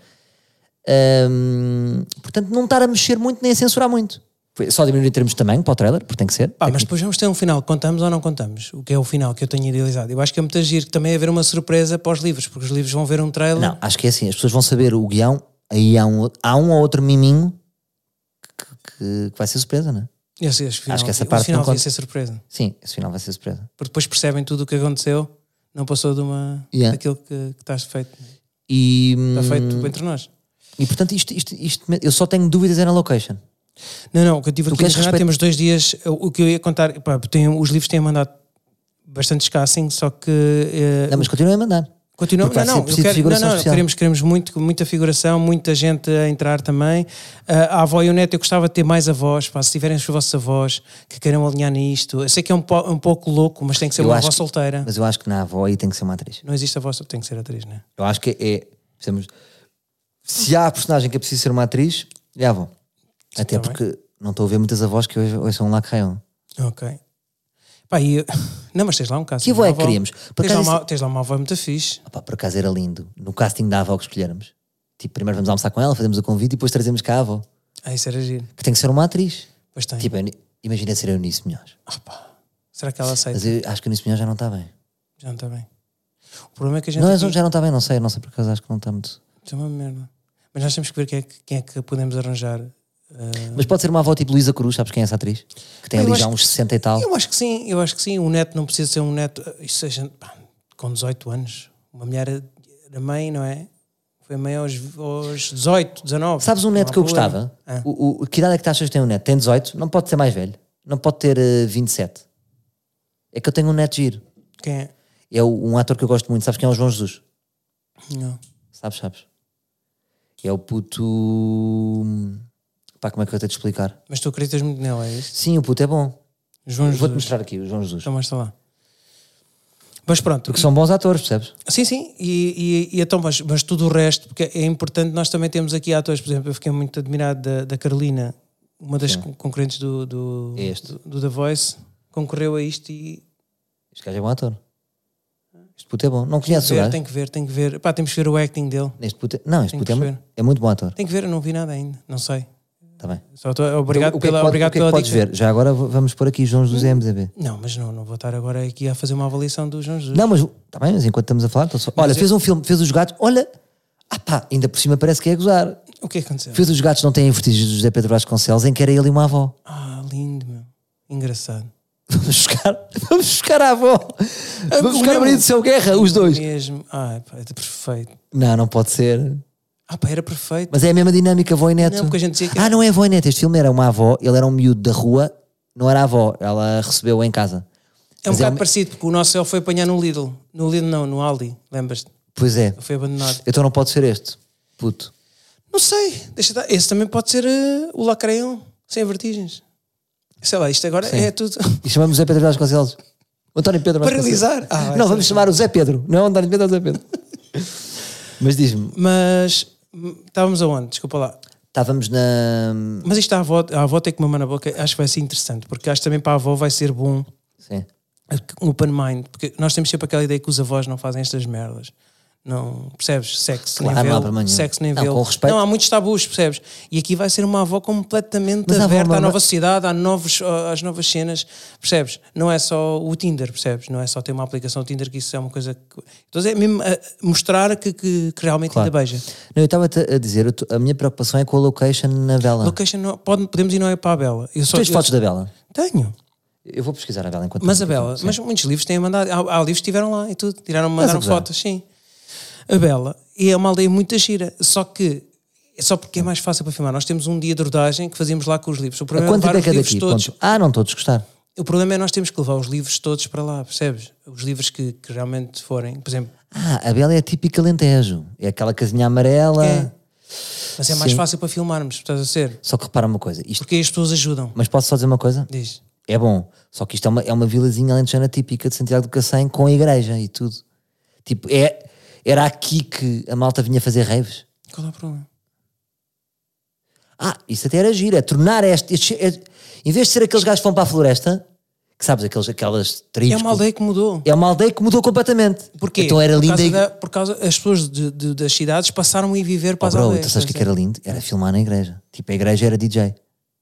Ahm, portanto, não estar a mexer muito nem a censurar muito. Foi só diminuir em termos de tamanho para o trailer, porque tem que ser.
Pá, mas depois vamos ter um final, contamos ou não contamos? O que é o final que eu tenho idealizado? Eu acho que é muito giro que também haver uma surpresa para os livros, porque os livros vão ver um trailer.
Não, acho que é assim, as pessoas vão saber o guião, aí há um, há um ou outro miminho que, que- que vai ser surpresa, não é?
Esse, esse final,
Acho que essa
o
parte
final
não
devia
conta.
ser surpresa.
Sim, esse final vai ser surpresa.
Porque depois percebem tudo o que aconteceu, não passou de uma,
Yeah. Hum.
daquilo que, que estás feito. Está
E,
Tá feito entre nós.
e portanto, isto, isto, isto, eu só tenho dúvidas é na location.
Não, não, o que eu tive
Tu
aqui
queres
a imaginar,
respe-
temos dois dias. O o que eu ia contar, pá, tem- os livros têm mandado bastante casting, só que. eh,
Não, mas continuem a mandar.
Continua,
Porque vai
não, não,
ser
eu
preciso
quero, não,
figuração
não,
especial.
queremos, queremos muito, muita figuração, muita gente a entrar também. Ah, a avó e o neto, eu gostava de ter mais avós, pá, se tiverem os vossos avós que queiram alinhar nisto. Eu sei que é um, po- um pouco louco, mas tem que ser
Eu
uma
acho
avó
que-
solteira.
Mas eu acho que na avó aí tem que ser uma atriz.
Não existe avó solteira, tem que ser atriz, não é?
Eu acho que é. precisamos- se há a personagem que é preciso ser uma atriz, é a avó. Até
tá
porque não estou a ver muitas avós que hoje, um hoje são lá que raiam.
Ok. Pá, e eu- Não, mas tens lá um caso.
Que avó é que queríamos? Por
Tens lá,
acaso
uma, tens lá uma avó muito fixe.
Opa, por acaso era lindo. No casting da avó que escolhermos. Tipo, primeiro vamos almoçar com ela, fazemos o convite e depois trazemos cá a avó.
Ah, isso era giro.
Que tem que ser uma atriz.
Pois tem.
Tipo, a Euni- imagina ser a Eunice Melhor.
Ah, pá. Será que ela aceita?
Mas eu acho que a Eunice Melhor já não está bem.
Já não está bem. O problema é que a gente.
Não,
aqui-
já não está bem, não sei, não sei por acaso, acho que não está muito.
Isto é uma merda. Mas nós temos que ver quem é que, quem é que podemos arranjar. ah,
Mas pode ser uma avó tipo Luísa Cruz, sabes quem é essa atriz? Que tem
Eu
ali
acho
já uns 60 e tal.
Eu acho que sim, eu acho que sim. O neto não precisa ser um neto. Isso a gente, pá, com 18 anos, uma mulher era mãe, não é? Foi mãe aos, aos 18, 19.
Sabes um
Não
neto
há
que eu
problema.
gostava?
Ah,
O, o- que idade é que tu achas que tem um neto? Tem 18, não pode ser mais velho, não pode ter eh, 27. É que eu tenho um neto giro.
quem é?
É o- um ator que eu gosto muito, sabes quem é o João Jesus?
Não.
Sabes, sabes? É o puto. Pá, como é que eu tenho de explicar?
Mas tu acreditas muito nela, é isso?
Sim, o puto é bom.
João
Vou-te
Jesus.
mostrar aqui, o João Jesus.
Então mostra lá. Mas pronto,
Porque são bons atores, percebes?
sim, sim, e, e- e então, mas, mas tudo o resto, porque é importante, nós também temos aqui atores, por exemplo, eu fiquei muito admirado da, da Carolina, uma das con- concorrentes do, do,
É este.
do, do The Voice, concorreu a isto e
Este gajo é bom ator. Este puto é bom. Não conheces o
Ver,
gajo?
tem que ver, tem que ver. Pá, temos que ver o acting dele.
Este puto é- Não, este
Tem
puto
que
é, mu-
perceber.
é muito bom ator.
Tem que ver, eu não vi nada ainda, não sei.
Está bem.
Só estou obrigado
o que é que
pela,
pode-
obrigado
o que é que
pela
podes
dica.
ver? Já agora v- vamos pôr aqui os Joões do ZMDB.
Não, mas não, não vou estar agora aqui a fazer uma avaliação dos João Jesus.
Não, mas está bem, mas enquanto estamos a falar, estou só- olha,
é-
fez um filme, fez os gatos, olha, ah pá, ainda por cima parece que é gozar.
O que é que aconteceu?
Fez os gatos não têm vertigens do José Pedro Vasconcelos, em que era ele e uma avó.
Ah, lindo, meu. Engraçado.
Vamos buscar, vamos buscar a avó. Vamos buscar o
não.
marido de seu guerra, os dois.
Mesmo. Ah, pá, é perfeito.
Não, não pode ser.
Ah, pá, era perfeito.
Mas é a mesma dinâmica, avó e neto.
Não, porque a gente dizia que
Ah, não é avó e neto. Este filme era uma avó, ele era um miúdo da rua, não era a avó, ela recebeu em casa.
é um
mas é
bocado
um-
parecido, porque o nosso ele foi apanhar no Lidl. No Lidl não, no Aldi, lembras-te?
Pois é.
Foi abandonado.
Então não pode ser este. Puto.
Não sei, deixa estar. Esse também pode ser eh, o lacreão, sem vertigens. Sei lá, isto agora é tudo.
E chamamos o Zé Pedro Vasconcelos. O António Pedro Vasconcelos.
Paralisar. Ah, vai
não,
ser.
vamos chamar o Zé Pedro. Não é o António Pedro, é o Zé Pedro. Mas diz-me,
Mas hum, estávamos aonde? Desculpa lá.
estávamos na.
Mas isto a avó, a avó tem que mamar na boca, acho que vai ser interessante, porque acho que também para a avó vai ser bom um
Sim.
open mind, porque nós temos sempre aquela ideia que os avós não fazem estas merdas. Não, percebes? Sexo
Claro,
nem
não há
velo,
problema nenhum.
sexo nem
Não,
velo.
com respeito.
Não, há muitos tabus, percebes? E aqui vai ser uma avó completamente
Mas a avó
aberta à
mama-
nova sociedade, à novos, às novas cenas, percebes? Não é só o Tinder, percebes? Não é só ter uma aplicação Tinder, que isso é uma coisa que... Então é mesmo a mostrar que, que, que realmente
Claro.
ainda beija.
Não, eu estava a dizer, eu tô- a minha preocupação é com a location na vela.
Location, não, pode- podemos ir não é para a Bela. Eu
Tu
só,
tens
eu-
fotos da vela?
Tenho.
Eu vou pesquisar a vela enquanto.
Mas a Bela, mas muitos livros têm mandado. Há, há livros que estiveram lá e tudo. Tiraram, mandaram
gozar.
fotos, sim. A Bela e é uma aldeia muito gira, só que é só porque é mais fácil para filmar. Nós temos um dia de rodagem que fazíamos lá com os livros. O
A
problema é
quanto
levar
tempo é
os
que é
livros
daqui?
todos.
Ponto. Ah, não estou a desgostar.
O problema é nós temos que levar os livros todos para lá, percebes? Os livros que, que realmente forem, por exemplo.
Ah, a Bela é a típica lentejo. É aquela casinha amarela.
É. Mas é mais
Ah. Sim.
fácil para filmarmos, estás a ser?
Só que repara uma coisa. Isto...
Porque aí as pessoas ajudam.
Mas posso só dizer uma coisa?
Diz.
É bom. Só que isto é uma, é uma vilazinha alentejana típica de Santiago do Cacém com a igreja e tudo. Tipo, é... era aqui que a malta vinha fazer raves.
Qual é o problema?
Ah, isso até era giro. É tornar este... este- é- Em vez de ser aqueles gajos que vão para a floresta, que sabes, aqueles, aquelas
É
tribos...
uma aldeia que mudou.
É uma aldeia que mudou completamente.
Porquê?
Então era
por
linda
causa
e...
da- por causa as pessoas de- de- das cidades passaram a ir viver para
Oh,
as
bro,
aldeias.
tu sabes o que, é que
estás a
era lindo? Era filmar na igreja. Tipo, a igreja era DJ.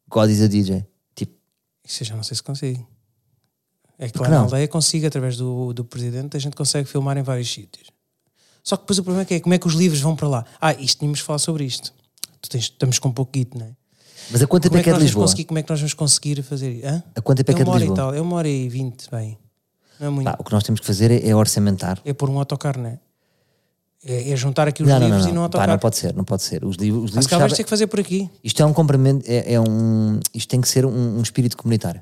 God is a DJ. Tipo,
ver? Isso eu já não sei se consigo. É que
que
lá na
não?
aldeia consigo, através do, do presidente, a gente consegue filmar em vários sítios. Só que depois o problema é que é como é que os livros vão para lá. Ah, isto tínhamos de falar sobre isto. Tu tens- estamos com um pouco guito, não é?
mas a quanto tempo
Como
é
é,
que
que
é de
nós vamos
Lisboa?
conseguir, como é que nós vamos conseguir fazer isso? Hã?
A quanto tempo é que
É
é de
uma hora e
Lisboa?
tal, é uma hora e vinte, bem. Não é muito.
Pá, o que nós temos que fazer é, é orçamentar.
É pôr um autocarro, não é? É, é juntar aqui os
Não, não,
livros
não,
e não
não. Pá,
autocarro.
não pode ser, não pode ser. Os livros, os
Ah,
livros
se calhar vais
sabe-
ter que fazer por aqui.
Isto é um comprimento, é, é um, isto tem que ser um, um espírito comunitário.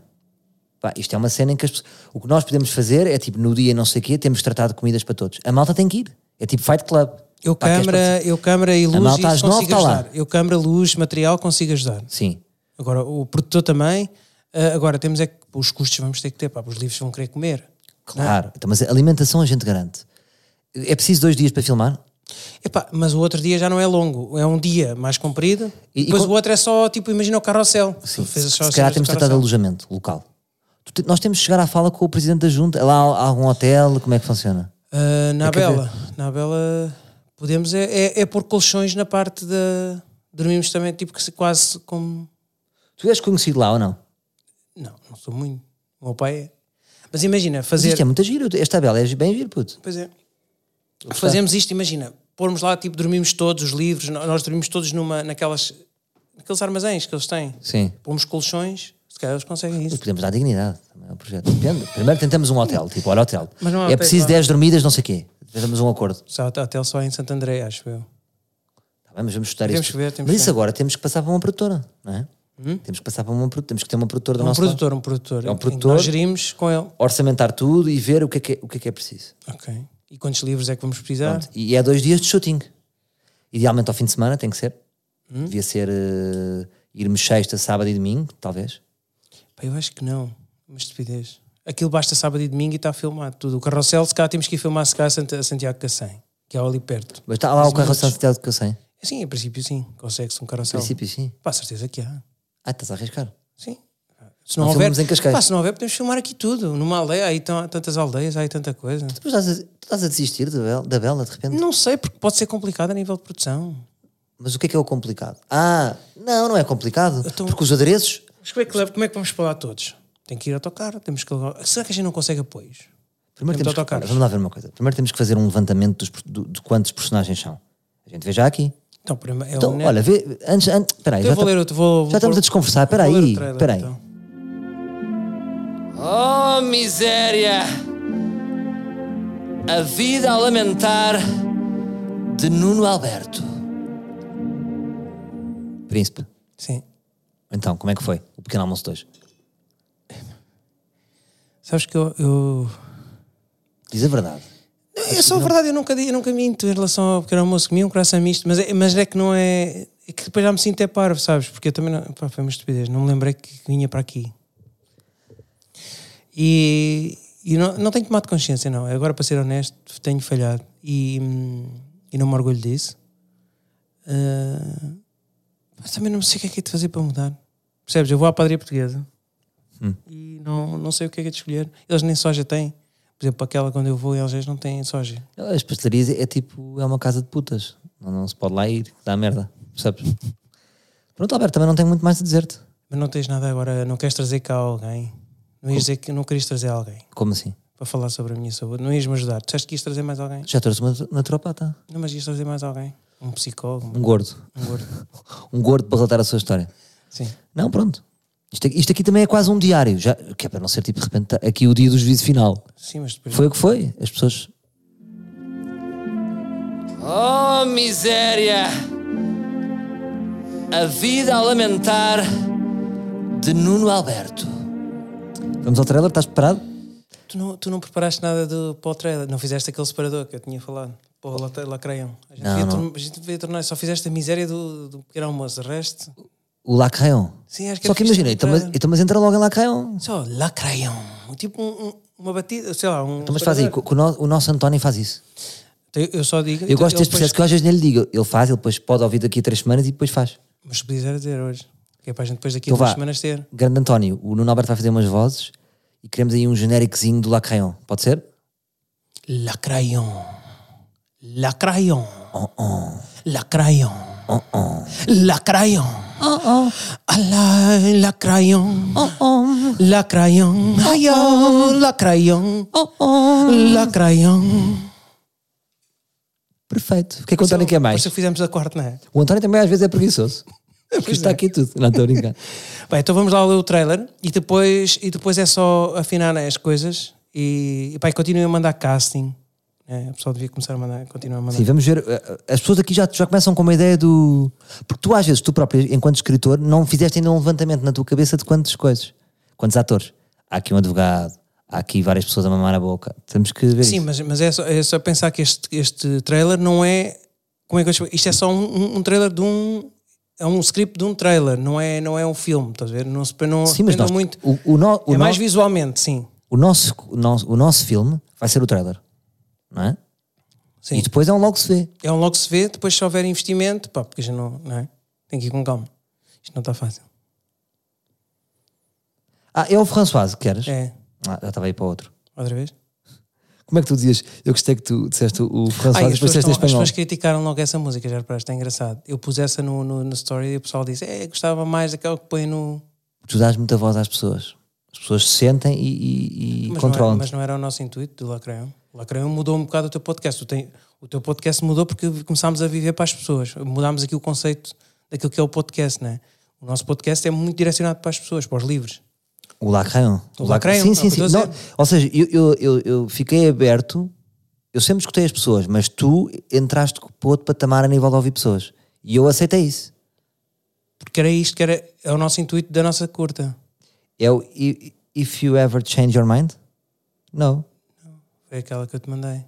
Pá, isto é uma cena em que as pessoas, o que nós podemos fazer é tipo no dia não sei o quê, temos tratado comidas para todos. A malta tem que ir. É tipo Fight Club.
Eu
Pá, queres participar?
câmara, eu câmara e luz
malta
isso
às nove
consigo
tá lá.
ajudar. Eu câmara, luz, material consigo ajudar.
Sim.
Agora o produtor também. Ah, agora temos é que os custos vamos ter que ter, pá, os livros vão querer comer.
Claro, então, mas a alimentação a gente garante. É preciso dois dias para filmar?
Epá, mas o outro dia já não é longo, é um dia mais comprido.
E- e
depois
co-
o outro é só tipo, imagina o carrossel.
Sim,
Tu fez
se,
só
se
as cenas
calhar temos
do
de tratar de
carrossel.
alojamento local. Tu te- Nós temos de chegar à fala com o presidente da junta. É Lá há há algum hotel? Como é que funciona?
Ah, na
que haver.
Bela, na Bela podemos é, é, é pôr colchões na parte da dormimos também tipo que se quase como
Tu és conhecido lá ou não?
não, não sou muito. O meu pai é. Mas imagina fazer
Isto é muito giro. Esta tabela é bem giro, puto.
Pois é. Fazemos isto, imagina, pormos lá, tipo, dormimos todos os livros, no- nós dormimos todos numa, naquelas, naqueles armazéns que eles têm.
Sim.
Pomos colchões, se calhar eles conseguem
Mas
isso.
podemos dar dignidade também ao projeto. Depende. Primeiro tentamos um hotel, tipo, olha, hotel.
Mas não há
é
hotéis
preciso
lá.
10 dormidas, não sei o quê. Tentamos um acordo.
Só há hotel só em Santo André, acho eu. Um
Tá bem, mas vamos estudar
Temos
isto.
que ver, temos
mas
que
isso agora temos que passar para uma produtora, não é? Temos que passar para uma produtora. Temos que ter uma produtora do
Um
nosso lado.
produtor, um produtor.
um
em que
produtor.
Nós gerimos com ele.
Orçamentar tudo e ver o que é que é, o que é, que é preciso.
Ok. E quantos livros é que vamos precisar?
E é dois dias de shooting. Idealmente ao fim de semana tem que ser. Devia ser eh, irmos sexta, sábado e domingo, talvez.
Pá, eu acho que não. Uma estupidez. Aquilo basta sábado e domingo e está filmado tudo. O carrossel, se calhar temos que ir filmar se calhar a Santa- a Santiago Cacém, que é ali perto.
Mas tá, está lá o carro Santiago que eu sei. Em
Sim, em princípio sim. Consegue-se um carrossel.
princípio, sim.
Pá, certeza que há.
Ah, estás a arriscar.
Sim. Se não,
Não
houver,
filmamos em Cascais.
Pá, se não houver, podemos filmar aqui tudo. Numa aldeia, aí estão há tantas aldeias, há aí tanta coisa.
Tu estás a, tu estás a desistir da Bela, da Bela de repente?
Não sei, porque pode ser complicado a nível de produção.
Mas o que é que é o complicado? Ah, não, não é complicado.
Então-
Porque os adereços.
Mas como é que, como é que vamos para lá todos? Tem que ir autocarro, temos que. Será que a gente não consegue apoios?
Primeiro
Temos
temos que,
autocarros.
vamos lá ver uma coisa. Primeiro temos que fazer um levantamento dos, do- de quantos personagens são. A gente vê já aqui.
Então, tá- primeiro. é o
Então,
Neto.
olha, vê, antes, antes, peraí,
eu
já,
vou
ta-
ler outro. Vou,
já estamos a desconversar. Peraí,
aí
peraí.
então.
Oh, miséria! A vida a lamentar
De Nuno Alberto. Príncipe.
Sim.
Então, como é que foi? O pequeno almoço de hoje?
Sabes que eu. eu...
Diz a verdade.
É só verdade, eu nunca, di- eu nunca minto em relação ao pequeno almoço. Comi um coração misto, mas é, mas é que não é. É que depois já me sinto é parvo, sabes? Porque eu também. Não, pá, foi uma estupidez, não me lembrei que vinha para aqui. E, e não, não tenho tomado consciência, não. Agora, para ser honesto, tenho falhado e, hum, e não me orgulho disso. Ah, mas também não sei o que é que é de fazer para mudar. Percebes? Eu vou à padaria portuguesa e não, não sei o que é que é de escolher. Eles nem soja têm. Por exemplo, aquela quando eu vou, eles já não têm soja.
As pastelarias é tipo, é uma casa de putas. Não, não se pode lá ir, dá merda. Percebes? Pronto, Alberto, também não tenho muito mais a dizer-te.
Mas não tens nada agora, não queres trazer cá alguém. Não ias dizer que não querias trazer alguém
Como assim?
para falar sobre a minha saúde. Não ias-me ajudar. Tu disseste que ias trazer mais alguém.
Tu Já trouxe uma naturopata.
Não, mas ias trazer mais alguém. Um psicólogo,
Um gordo.
um gordo.
Um gordo para relatar a sua história.
Sim.
Não, pronto. Isto aqui, isto aqui também é quase um diário, já, que é para não ser tipo de repente tá aqui o dia do juízo final.
Sim, mas depois.
Foi o que foi. As pessoas.
Oh, miséria! A vida a lamentar
De Nuno Alberto. Vamos ao trailer, estás preparado?
Tu, não, tu não preparaste nada do, para o trailer. Não fizeste aquele separador que eu tinha falado. Pô, lá, lá creiam. A gente,
Não,
devia
não.
tornar- a gente devia tornar. Só fizeste a miséria do, do pequeno almoço. O resto.
O Lacrayon.
Sim, acho que
Só
era fixe
que imagina, então, mas,
comprar.
então, mas entra logo em Então, Lacrayon.
Só lá creiam. Tipo um- um- uma batida, sei lá. Um
Então, mas faz aí, que o, que o no- o nosso António faz isso.
Eu, eu só digo. então,
Eu gosto deste processo que eu às vezes nem lhe digo. Ele faz, ele depois pode ouvir daqui a três semanas e depois faz.
Mas se puder dizer hoje. Que é para a gente depois daqui a
Então
duas
vá.
semanas ter.
Grande António, o Nuno Alberto vai fazer umas vozes e queremos aí um genéricozinho do Lacrayon. Pode ser?
Lacrayon. Lacrayon. Oh, Lacrayon. Oh, Lacrayon. Oh, Alá, lacrayon. Oh, Lacrayon. Ai, oh, lacrayon. Oh, Lacrayon.
Perfeito. O que é que o António quer mais?
Depois se fizermos a quarta, não é?
O António também às vezes é preguiçoso. Porque está aqui tudo. Não, estou a brincar.
Bem, então vamos lá ler o trailer e depois, e depois é só afinar né, as coisas e, e pá, e continuem a mandar casting. né? O pessoal devia começar a mandar, continuar a mandar.
Sim, vamos ver. eh, As pessoas aqui já, já começam com uma ideia do. Porque tu, às vezes, tu próprio, enquanto escritor, não fizeste ainda um levantamento na tua cabeça de quantas coisas, quantos atores. Há aqui um advogado, há aqui várias pessoas a mamar a boca. Temos que ver.
Sim,
isso.
mas, mas é, só, é só pensar que este, este trailer não é. Como é que eu explico? Isto é só um, um- um trailer de um. É um script de um trailer, não é, não é um filme, estás a ver? Não se não
Sim, mas
dependa
nós,
muito.
o, o, no- o
é mais
no-
visualmente, sim.
o nosso, o, nosso, o nosso filme vai ser o trailer, não é?
sim.
E depois é um logo se vê.
É um logo se vê, depois se houver investimento, pá, porque já não, não é? Tem que ir com calma. Isto não está fácil.
Ah, é o Françoise, queres?
É,
Ah, já estava aí para outro.
outra vez.
Como é que tu dizias? Eu gostei que tu disseste o Françoise
Ai,
e
as, pessoas
depois disseste em
estão- as
espanhol.
pessoas criticaram logo essa música, já reparaste, é engraçado. Eu pus essa no, no, no story e o pessoal disse: É, gostava mais daquela que põe no.
Tu dás muita voz às pessoas. As pessoas se sentem e, e- e
Mas não, era,
controlam-te.
mas não era o nosso intuito do Lacreão. O Lacreão mudou um bocado o teu podcast. O, tem- o teu podcast mudou porque começámos a viver para as pessoas. Mudámos aqui o conceito daquilo que é o podcast, né? O nosso podcast é muito direcionado para as pessoas, para os livros.
O Lacrayon.
O Lacrayon,
Sim,
é
sim,
o que
sim.
eu estou a
Não, ou seja, eu, eu, eu, eu fiquei aberto, eu sempre escutei as pessoas, mas tu entraste para outro patamar a nível de ouvir pessoas. E eu aceitei isso.
Porque era isto que era é o nosso intuito da nossa curta.
É o i- If You Ever Change Your Mind? Não.
Foi aquela que eu te mandei.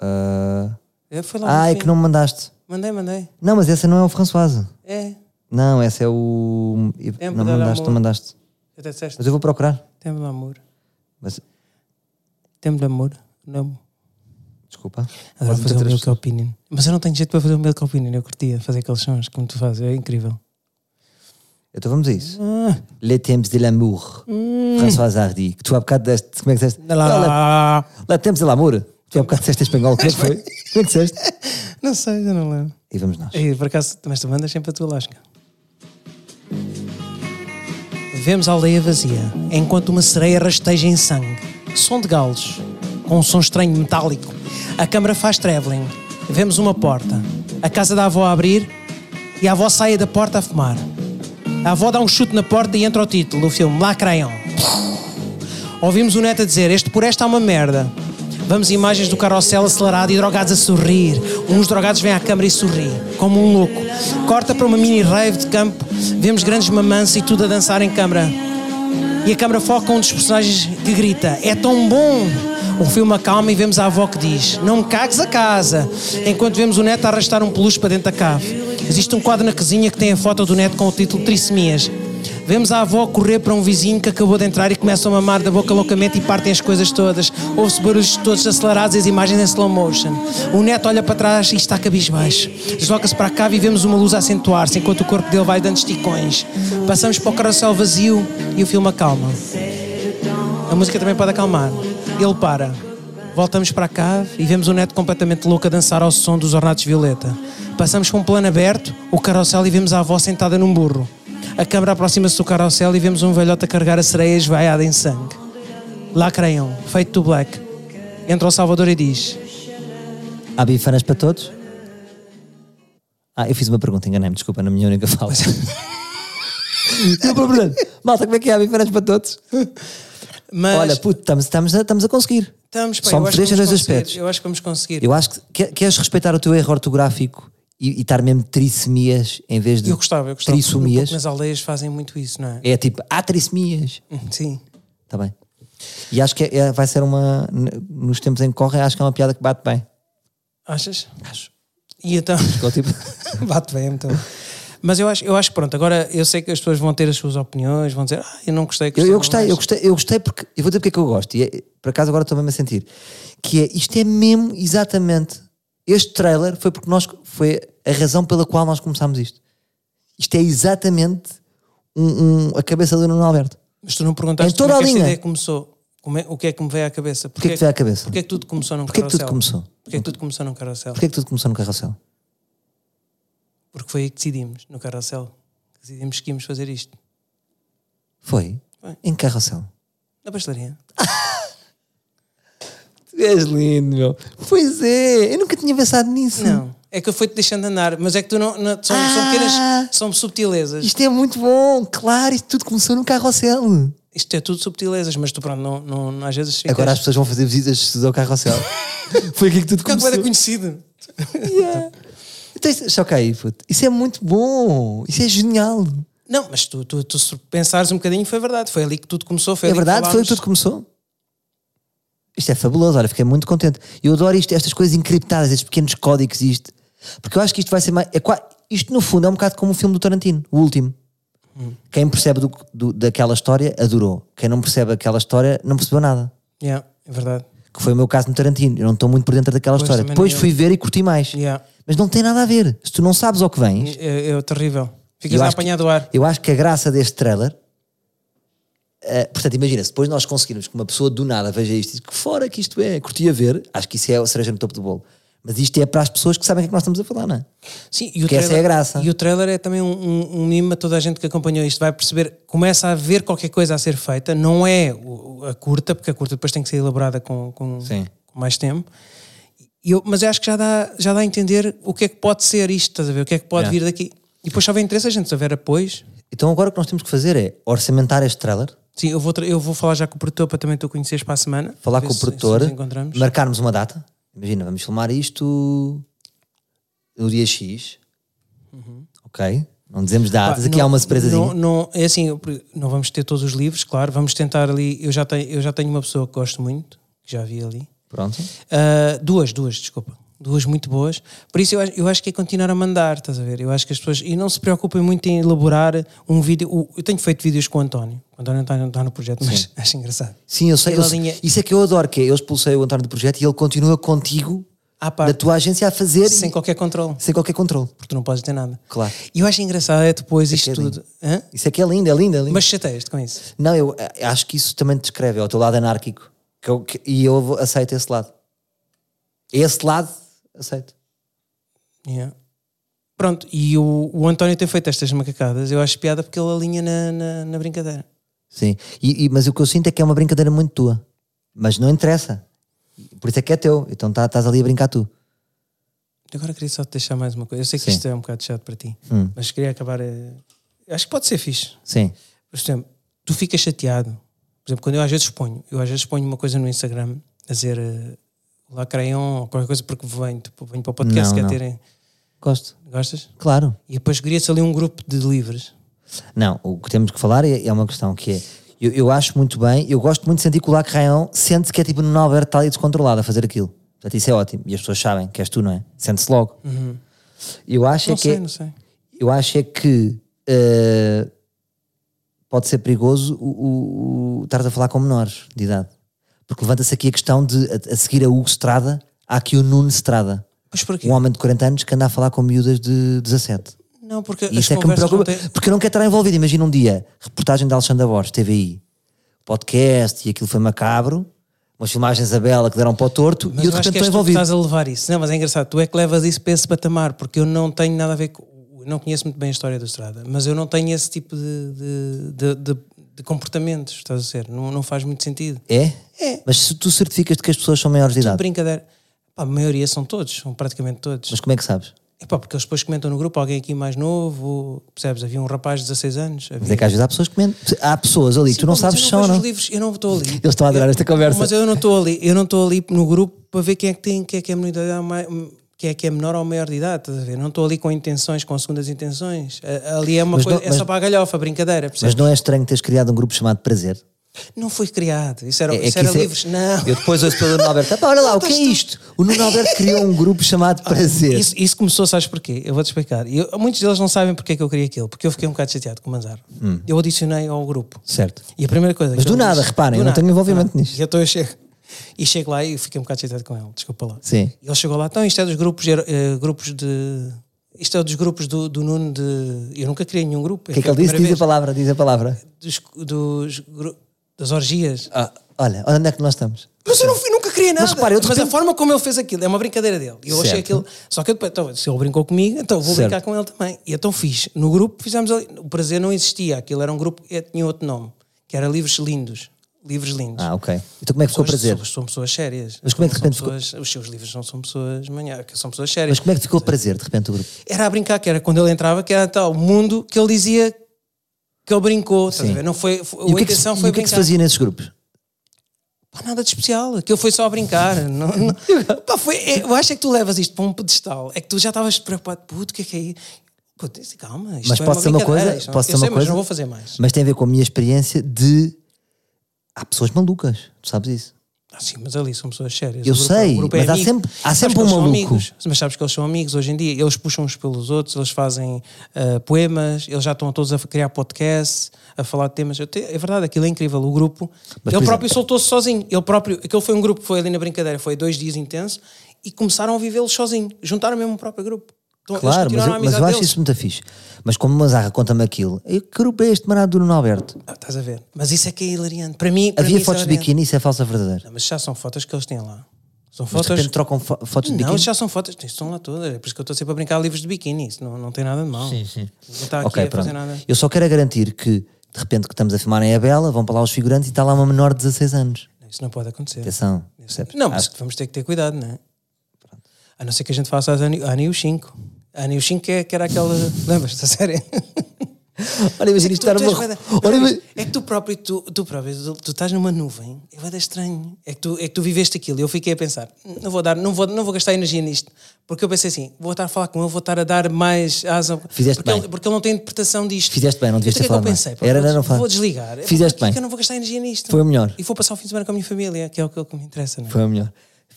Ah,
É, foi lá no
ah, é
fim.
que não me mandaste.
Mandei, mandei.
Não, mas essa não é o Françoise.
É,
Não, essa é o.
de
Não
dar
mandaste,
amor.
não mandaste.
até disseste.
Mas eu vou procurar.
Tempo do amor.
Mas,
Tempo do amor. Não.
desculpa.
Adoro
Podes
fazer um o
meter as
Milk Opinion. Mas eu não tenho jeito para fazer o Milk Opinion. Eu curtia fazer aqueles sons como tu fazes. É incrível.
Então vamos a isso.
Ah.
Les Temps de l'amour, Françoise Hardy. Que tu há bocado deste. Como é que disseste?
Hum. Lá, lá, lá, lá.
Les Temps de l'amour. Tu há bocado disseste em espanhol. Como é que foi? Como é que disseste?
Não sei, eu não lembro.
E vamos nós.
E por acaso, mas tu mandas sempre a tua lasca. Vemos a aldeia vazia, enquanto uma sereia rasteja em sangue. Som de galos, com um som estranho metálico. A câmara faz travelling. Vemos uma porta. A casa da avó a abrir e a avó sai da porta a fumar. A avó dá um chute na porta e entra o título do filme Lá Craião. Ouvimos o neto a dizer: Este por esta é uma merda. Vamos imagens do carrossel acelerado e drogados a sorrir. Uns drogados vêm à câmara e sorriem, como um louco. Corta para uma mini rave de campo, vemos grandes mamães e tudo a dançar em câmara. E a câmara foca um dos personagens que grita: É tão bom! O filme acalma e vemos a avó que diz: Não me cagues a casa! Enquanto vemos o neto a arrastar um peluche para dentro da cave. Existe um quadro na cozinha que tem a foto do neto com o título Trissemias. Vemos a avó correr para um vizinho que acabou de entrar e começa a mamar da boca loucamente e partem as coisas todas. Ouve-se barulhos todos acelerados e as imagens em slow motion. O neto olha para trás e está cabisbaixo. Desloca-se para a cave e vemos uma luz a acentuar-se enquanto o corpo dele vai dando esticões. Passamos para o carrossel vazio e o filme acalma. A música também pode acalmar. Ele para. Voltamos para a cave e vemos o neto completamente louco a dançar ao som dos ornatos violeta. Passamos para um plano aberto, o carrossel e vemos a avó sentada num burro. A câmara aproxima-se do carrossel e vemos um velhote a carregar a sereia esvaiada em sangue. Lá creiam, feito do black. Entra o Salvador e diz:
Há bifanas para todos? Ah, eu fiz uma pergunta, enganei-me, desculpa, na minha única fala.
é.
Não, para Bruno. Malta, como é que é? Há bifanas para todos?
Mas
Olha, puto, estamos, estamos, a, estamos a conseguir.
estamos, pá,
só me
eu, acho que
fodeste em
vamos
dois
conseguir.
aspectos.
eu acho que vamos conseguir. Eu,
Eu acho que que- queres respeitar o teu erro ortográfico e, e estar mesmo trissemias em vez de
gostava, eu gostava.
trissomias.
Mas aldeias fazem muito isso, não é?
É tipo, há trissemias.
Sim.
Está bem. E acho que é- é- vai ser uma. n- Nos tempos em que correm, acho que é uma piada que bate bem.
Achas?
Acho.
E então.
Ficou tipo.
Bate bem, então. Mas eu acho, eu acho que pronto, agora eu sei que as pessoas vão ter as suas opiniões, vão dizer, ah, eu não gostei.
Eu, eu
gostava
gostei, eu gostei, eu gostei porque. Eu vou dizer porque é que eu gosto. E é, por acaso agora estou mesmo a sentir. Que é isto é mesmo exatamente. Este trailer foi porque nós foi a razão pela qual nós começámos isto. Isto é exatamente um, um- a cabeça do Nuno Alberto.
Mas tu não perguntaste
Em toda
como é que
a
esta
linha.
ideia começou. Como é- o que é que me veio à cabeça?
que é que te veio à cabeça?
Porquê é que tudo começou num
Porquê é que
carrossel?
tudo começou?
Porquê é que tudo começou num carrossel?
Porquê é que tudo começou no carrossel?
Porque foi aí que decidimos, no carrossel. Decidimos que íamos fazer isto.
Foi
Foi.
em carrossel.
Na pastelaria.
Tu és lindo, meu. Pois é, eu nunca tinha pensado nisso.
Não. É que eu fui-te deixando andar, mas é que tu não. não- são, são
Ah!
pequenas. São subtilezas.
Isto é muito bom, claro, isto tudo começou no carrossel.
Isto é tudo subtilezas, mas tu, pronto, não, não, não- às vezes.
Agora as pessoas vão fazer visitas ao carrossel. Foi aqui que tudo
Porque era
começou.
conhecido.
Yeah. Então, isso- choca aí, puto. Isso é muito bom, isso é genial.
Não, mas tu, tu, tu se pensares um bocadinho, foi verdade. Foi ali que tudo começou. Foi
é
ali que
verdade, foi
falámos.
tudo começou. Isto é fabuloso, olha, fiquei muito contente. Eu adoro isto, estas coisas encriptadas, estes pequenos códigos, isto. Porque eu acho que isto vai ser mais. É qua- isto, no fundo, é um bocado como o filme do Tarantino, o último.
Hum.
Quem percebe do- do- daquela história, adorou. Quem não percebe aquela história, não percebeu nada.
Yeah, é verdade.
Que foi o meu caso no Tarantino. Eu não estou muito por dentro daquela
Pois,
história.
também
Depois
não eu.
fui ver e curti mais.
Yeah.
Mas não tem nada a ver. Se tu não sabes ao que vens,
É, é terrível. Ficas
Eu
a
acho que-
apanhar do ar.
eu acho que a graça deste trailer. eh, portanto, imagina, se depois nós conseguirmos que uma pessoa do nada veja isto e diz que fora que isto é, curti a ver, acho que isso é a cereja no topo do bolo. Mas isto é para as pessoas que sabem o que é que nós estamos a falar, não é?
Sim, e o
Que essa é a graça.
E o trailer é também um, um, um mimo a toda a gente que acompanhou isto. Vai perceber, começa a haver qualquer coisa a ser feita, não é o- o- a curta, porque a curta depois tem que ser elaborada com, com,
Sim.
com mais tempo. E eu- mas eu acho que já dá, já dá a entender o que é que pode ser isto, estás a ver? O que é que pode vir daqui. E depois, se houver interesse, a gente, se houver apoios.
Então agora o que nós temos que fazer é orçamentar este trailer,
Sim, eu vou, tra- eu vou falar já com o produtor para também tu conheceres para a semana.
falar
Ver
com o
se-
produtor,
Se nos encontramos.
marcarmos uma data. Imagina, vamos filmar isto no dia X. Ok? Não dizemos datas,
Uhum. Pá,
aqui
não-
há uma surpresazinha.
Não, não- é assim, eu- não vamos ter todos os livros, claro. Vamos tentar ali. Eu já tenho, eu já tenho uma pessoa que gosto muito, que já vi ali.
Pronto.
Ah, duas, duas, desculpa. Duas muito boas. Por isso eu, acho- eu acho que é continuar a mandar, estás a ver? Eu acho que as pessoas. E não se preocupem muito em elaborar um vídeo. o- eu tenho feito vídeos com o António. O António não está, não está no projeto, mas acho engraçado.
Sim, eu sei.
Pela
eu sei-
linha-
Isso é que eu adoro, que é, eu expulsei o António do projeto e ele continua contigo,
À
da
parte,
tua agência, a fazer
sem
e-
qualquer controle,
sem qualquer controle.
porque tu não podes ter nada.
Claro.
E eu acho engraçado é depois isto
é lindo.
tudo. Hã?
Isso é que é lindo, é lindo, é lindo.
Mas chateias-te com isso.
Não, eu eh, acho que isso também te descreve, é o teu lado anárquico. Que eu- que- e eu vou- aceito esse lado. Esse lado, aceito.
Yeah. Pronto, e o, o António tem feito estas macacadas, eu acho piada porque ele alinha na, na, na brincadeira.
Sim. E, e- mas o que eu sinto é que é uma brincadeira muito tua. Mas não interessa. Por isso é que é teu. Então tá- estás ali a brincar tu.
Agora queria só te deixar mais uma coisa. Eu sei que
Sim. Hum.
isto é um bocado chato para ti, mas queria acabar. eh, Acho que pode ser fixe.
Sim.
Por exemplo, tu ficas chateado. Por exemplo, quando eu às vezes ponho, eu às vezes ponho uma coisa no Instagram a dizer eh, lá creiam ou qualquer coisa porque venho, tipo, venho para o podcast,
Não,
quer
não.
terem.
Gosto.
Gostas?
Claro.
E depois cria-se ali um grupo de livres.
Não, o que temos que falar é, é uma questão que é. Eu, eu acho muito bem, eu gosto muito de sentir que o Lac Rayon sente que é tipo no Alberto está ali descontrolado a fazer aquilo. Portanto, isso é ótimo. E as pessoas sabem que és tu, não é? Sente-se logo. Eu acho é
Uhum. Não
que.
sei,
é-
não sei.
eu acho é que eh, pode ser perigoso o, o, o estar a falar com menores de idade. Porque levanta-se aqui a questão de, a, a seguir a Hugo Estrada, há aqui o Nuno Estrada.
Mas porquê?
Um homem de 40 anos que anda a falar com miúdas de 17.
Não, porque
E
as
isso é que me
conversas não
preocupa.
têm...
Porque eu não quero estar envolvido. Imagina um dia, reportagem da Alexandra Borges, TVI, podcast, e aquilo foi macabro, umas filmagens a Bela que deram para o torto,
Mas
e eu de
eu acho
repente
que és
estou
tu que
envolvido.
estás a levar isso. Não, mas é engraçado, tu é que levas isso para esse patamar, porque eu não tenho nada a ver com. eu Não conheço muito bem a história do Estrada, mas eu não tenho esse tipo de, de, de- de- de comportamentos, estás a dizer? Não, não faz muito sentido.
É?
É.
Mas se tu certificas-te que as pessoas são maiores de idade,
Brincadeira. Pá, a maioria são todos, são praticamente todos.
mas como é que sabes?
Epá, porque eles depois comentam no grupo, alguém aqui mais novo, ou- percebes? Havia um rapaz de 16 anos.
Mas é que às vezes há pessoas que mentem. Há pessoas ali, tu não
Mas eu
sabes se são ou
vejo
não.
os livros, eu não estou ali.
Eles estão a adorar esta conversa.
Mas eu não estou ali, eu não estou ali no grupo para ver quem é que tem, quem é que é menor de idade, ou mai- quem é que é menor ou maior de idade, estás a ver? Não estou ali com intenções, com segundas intenções. A- Ali é uma
Mas
coisa,
não-
é só
mas-
para a galhofa, brincadeira,
Mas
percebes?
não é estranho teres criado um grupo chamado Prazer?
Não foi criado, isso era,
É- é
isso
que
era
isso é-
livros, não.
Eu depois ouço pelo Nuno Alberto. "Epá, olha lá, o que é isto? O Nuno Alberto criou um grupo chamado Prazer.
Ah, Isso, isso começou, sabes porquê? Eu vou-te explicar. E eu- muitos deles não sabem porque é que eu queria aquilo, porque eu fiquei um bocado chateado com o Manzaro. Eu adicionei ao grupo.
Hum. Certo.
E a primeira coisa.
Mas
que
do
ele
nada, reparem, eu não tenho envolvimento
do nada.
nisto.
E então eu chego, e chego lá e fiquei um bocado chateado com ele, desculpa lá.
Sim.
E Ele chegou lá, então isto é dos grupos, gera- eh, grupos de. Isto é dos grupos do, do Nuno de. Eu nunca criei nenhum grupo.
O que é que ele disse? Diz a palavra, diz a palavra.
Dos, dos gru- das orgias.
Ah, olha, olha onde é que nós estamos.
Mas eu, não, eu nunca queria nada. Mas,
repara, eu de
a
repente-
forma como ele fez aquilo é uma brincadeira dele. Eu achei
Certo.
aquilo. Só que eu depois, então, se ele brincou comigo, então vou
Certo.
brincar com ele também. E então fiz. No grupo fizemos ali. O prazer não existia. Aquilo era um grupo que tinha outro nome, que era Livros Lindos. Livros Lindos.
Ah, ok. Então como é que ficou
Pessoas-
Prazer?
São, são pessoas sérias.
Mas como é que de
São
repente ficou-
pessoas- Os seus livros não são pessoas manhacas, são pessoas sérias.
Mas como é que ficou Prazer, de repente, o grupo?
Era a brincar, que era quando ele entrava, que era tal mundo que ele dizia que ele brincou. Estás a ver? Não foi, foi-
E o
a
que é que se,
intenção
e
foi
o que é que se
brincar.
fazia nesses grupos?
Pá, nada de especial, aquilo foi só a brincar. não, não- pá, foi, é, eu acho é que tu levas isto para um pedestal, é que tu já estavas preocupado, puto, o que é que é isso? Puto, isso- calma, isto
Mas
é
posso dizer uma
brincadeira,
coisa?
isto não-
Posso
eu
dizer
sei,
uma
mas
coisa?
não vou fazer mais.
Mas tem a ver com a minha experiência de. Há pessoas malucas, tu sabes isso?
Ah, sim, mas ali são pessoas sérias.
Eu
O grupo-
sei,
o grupo é
mas há
amigo.
sempre- há
Sabes
sempre
que
um
eles são
maluco.
amigos, mas sabes que eles são amigos hoje em dia. Eles puxam uns pelos outros, eles fazem ah, poemas, eles já estão todos a criar podcasts, a falar de temas. Eu te- é verdade, aquilo é incrível. O grupo,
Mas,
ele
por
próprio
exemplo-
soltou-se sozinho. Ele próprio, aquele foi um grupo que foi ali na brincadeira, foi dois dias intenso e começaram a vivê-los sozinho. Juntaram mesmo o próprio grupo. Então, eles
Claro, mas
continuaram a
eu, mas
amizade
eu acho
deles.
isso muito fixe. Mas como o Manzarra conta-me aquilo, eu que grupo é este marado do Nuno Alberto?
Ah, estás a ver? Mas isso é que é hilariante. Para mim, para
Havia
mim isso é
fotos de
hilariante.
biquíni, isso é falsa verdadeira.
Não, Mas já são fotos que eles têm lá. São
Mas de
fotos
repente trocam fo- fotos de
Não,
biquíni.
já são fotos, estão lá todas. É por isso que eu estou sempre a brincar livros de biquíni. Isso não, não tem nada de mal. Sim, sim. Não está aqui
Ok,
a fazer
pronto.
nada.
Eu só quero é garantir que, de repente, que estamos a filmar em Abela, vão para lá os figurantes e está lá uma menor de 16 anos.
Isso não pode acontecer.
Atenção, percebes?
Não, mas vamos ter que ter cuidado, não é? A não ser que a gente faça as Ani- a Ani os 5. A Ani os 5 que, é- que era aquela. Lembras-te da série?
Olha, imagina
Tu-
isto estar
tu
uma.
és bué da-
Olha,
Mas
ima-
É que tu próprio, tu, tu próprio, tu, tu estás numa nuvem, é bué da estranho. É que, tu, é que tu viveste aquilo. E eu fiquei a pensar, não vou, dar, não, vou, não vou gastar energia nisto. Porque eu pensei assim, vou estar a falar com ele, vou estar a dar mais asa.
Fizeste
porque
bem.
Ele, porque ele não tem interpretação disto.
Fizeste bem, não devias
Então, o
ter
que é que eu
falado
pensei?
mais.
Pá,
Era,
vou,
era, não fala.
vou desligar.
Fizeste
Porque é que
bem.
Eu não vou gastar energia nisto.
Foi o melhor.
E vou passar o fim de semana com a minha família, que é o que, o que me interessa, não é?
Foi a melhor.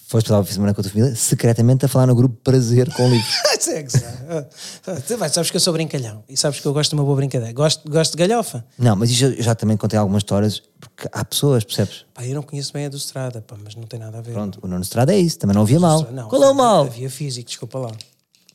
Foste para lá o fim de semana com a tua família, secretamente a falar no grupo Prazer com livros.
Isso é gozar. Ah, tu vai, sabes que eu sou brincalhão e sabes que eu gosto de uma boa brincadeira. Gosto, gosto de galhofa.
Não, mas isto eu já também contei algumas histórias, porque há pessoas, percebes?
Pá, eu não conheço bem a do Strada, pá, mas não tem nada a ver.
Pronto, o Nuno Estrada é isso, também não havia mal.
Não,
Qual é o mal?
Havia físico, desculpa lá.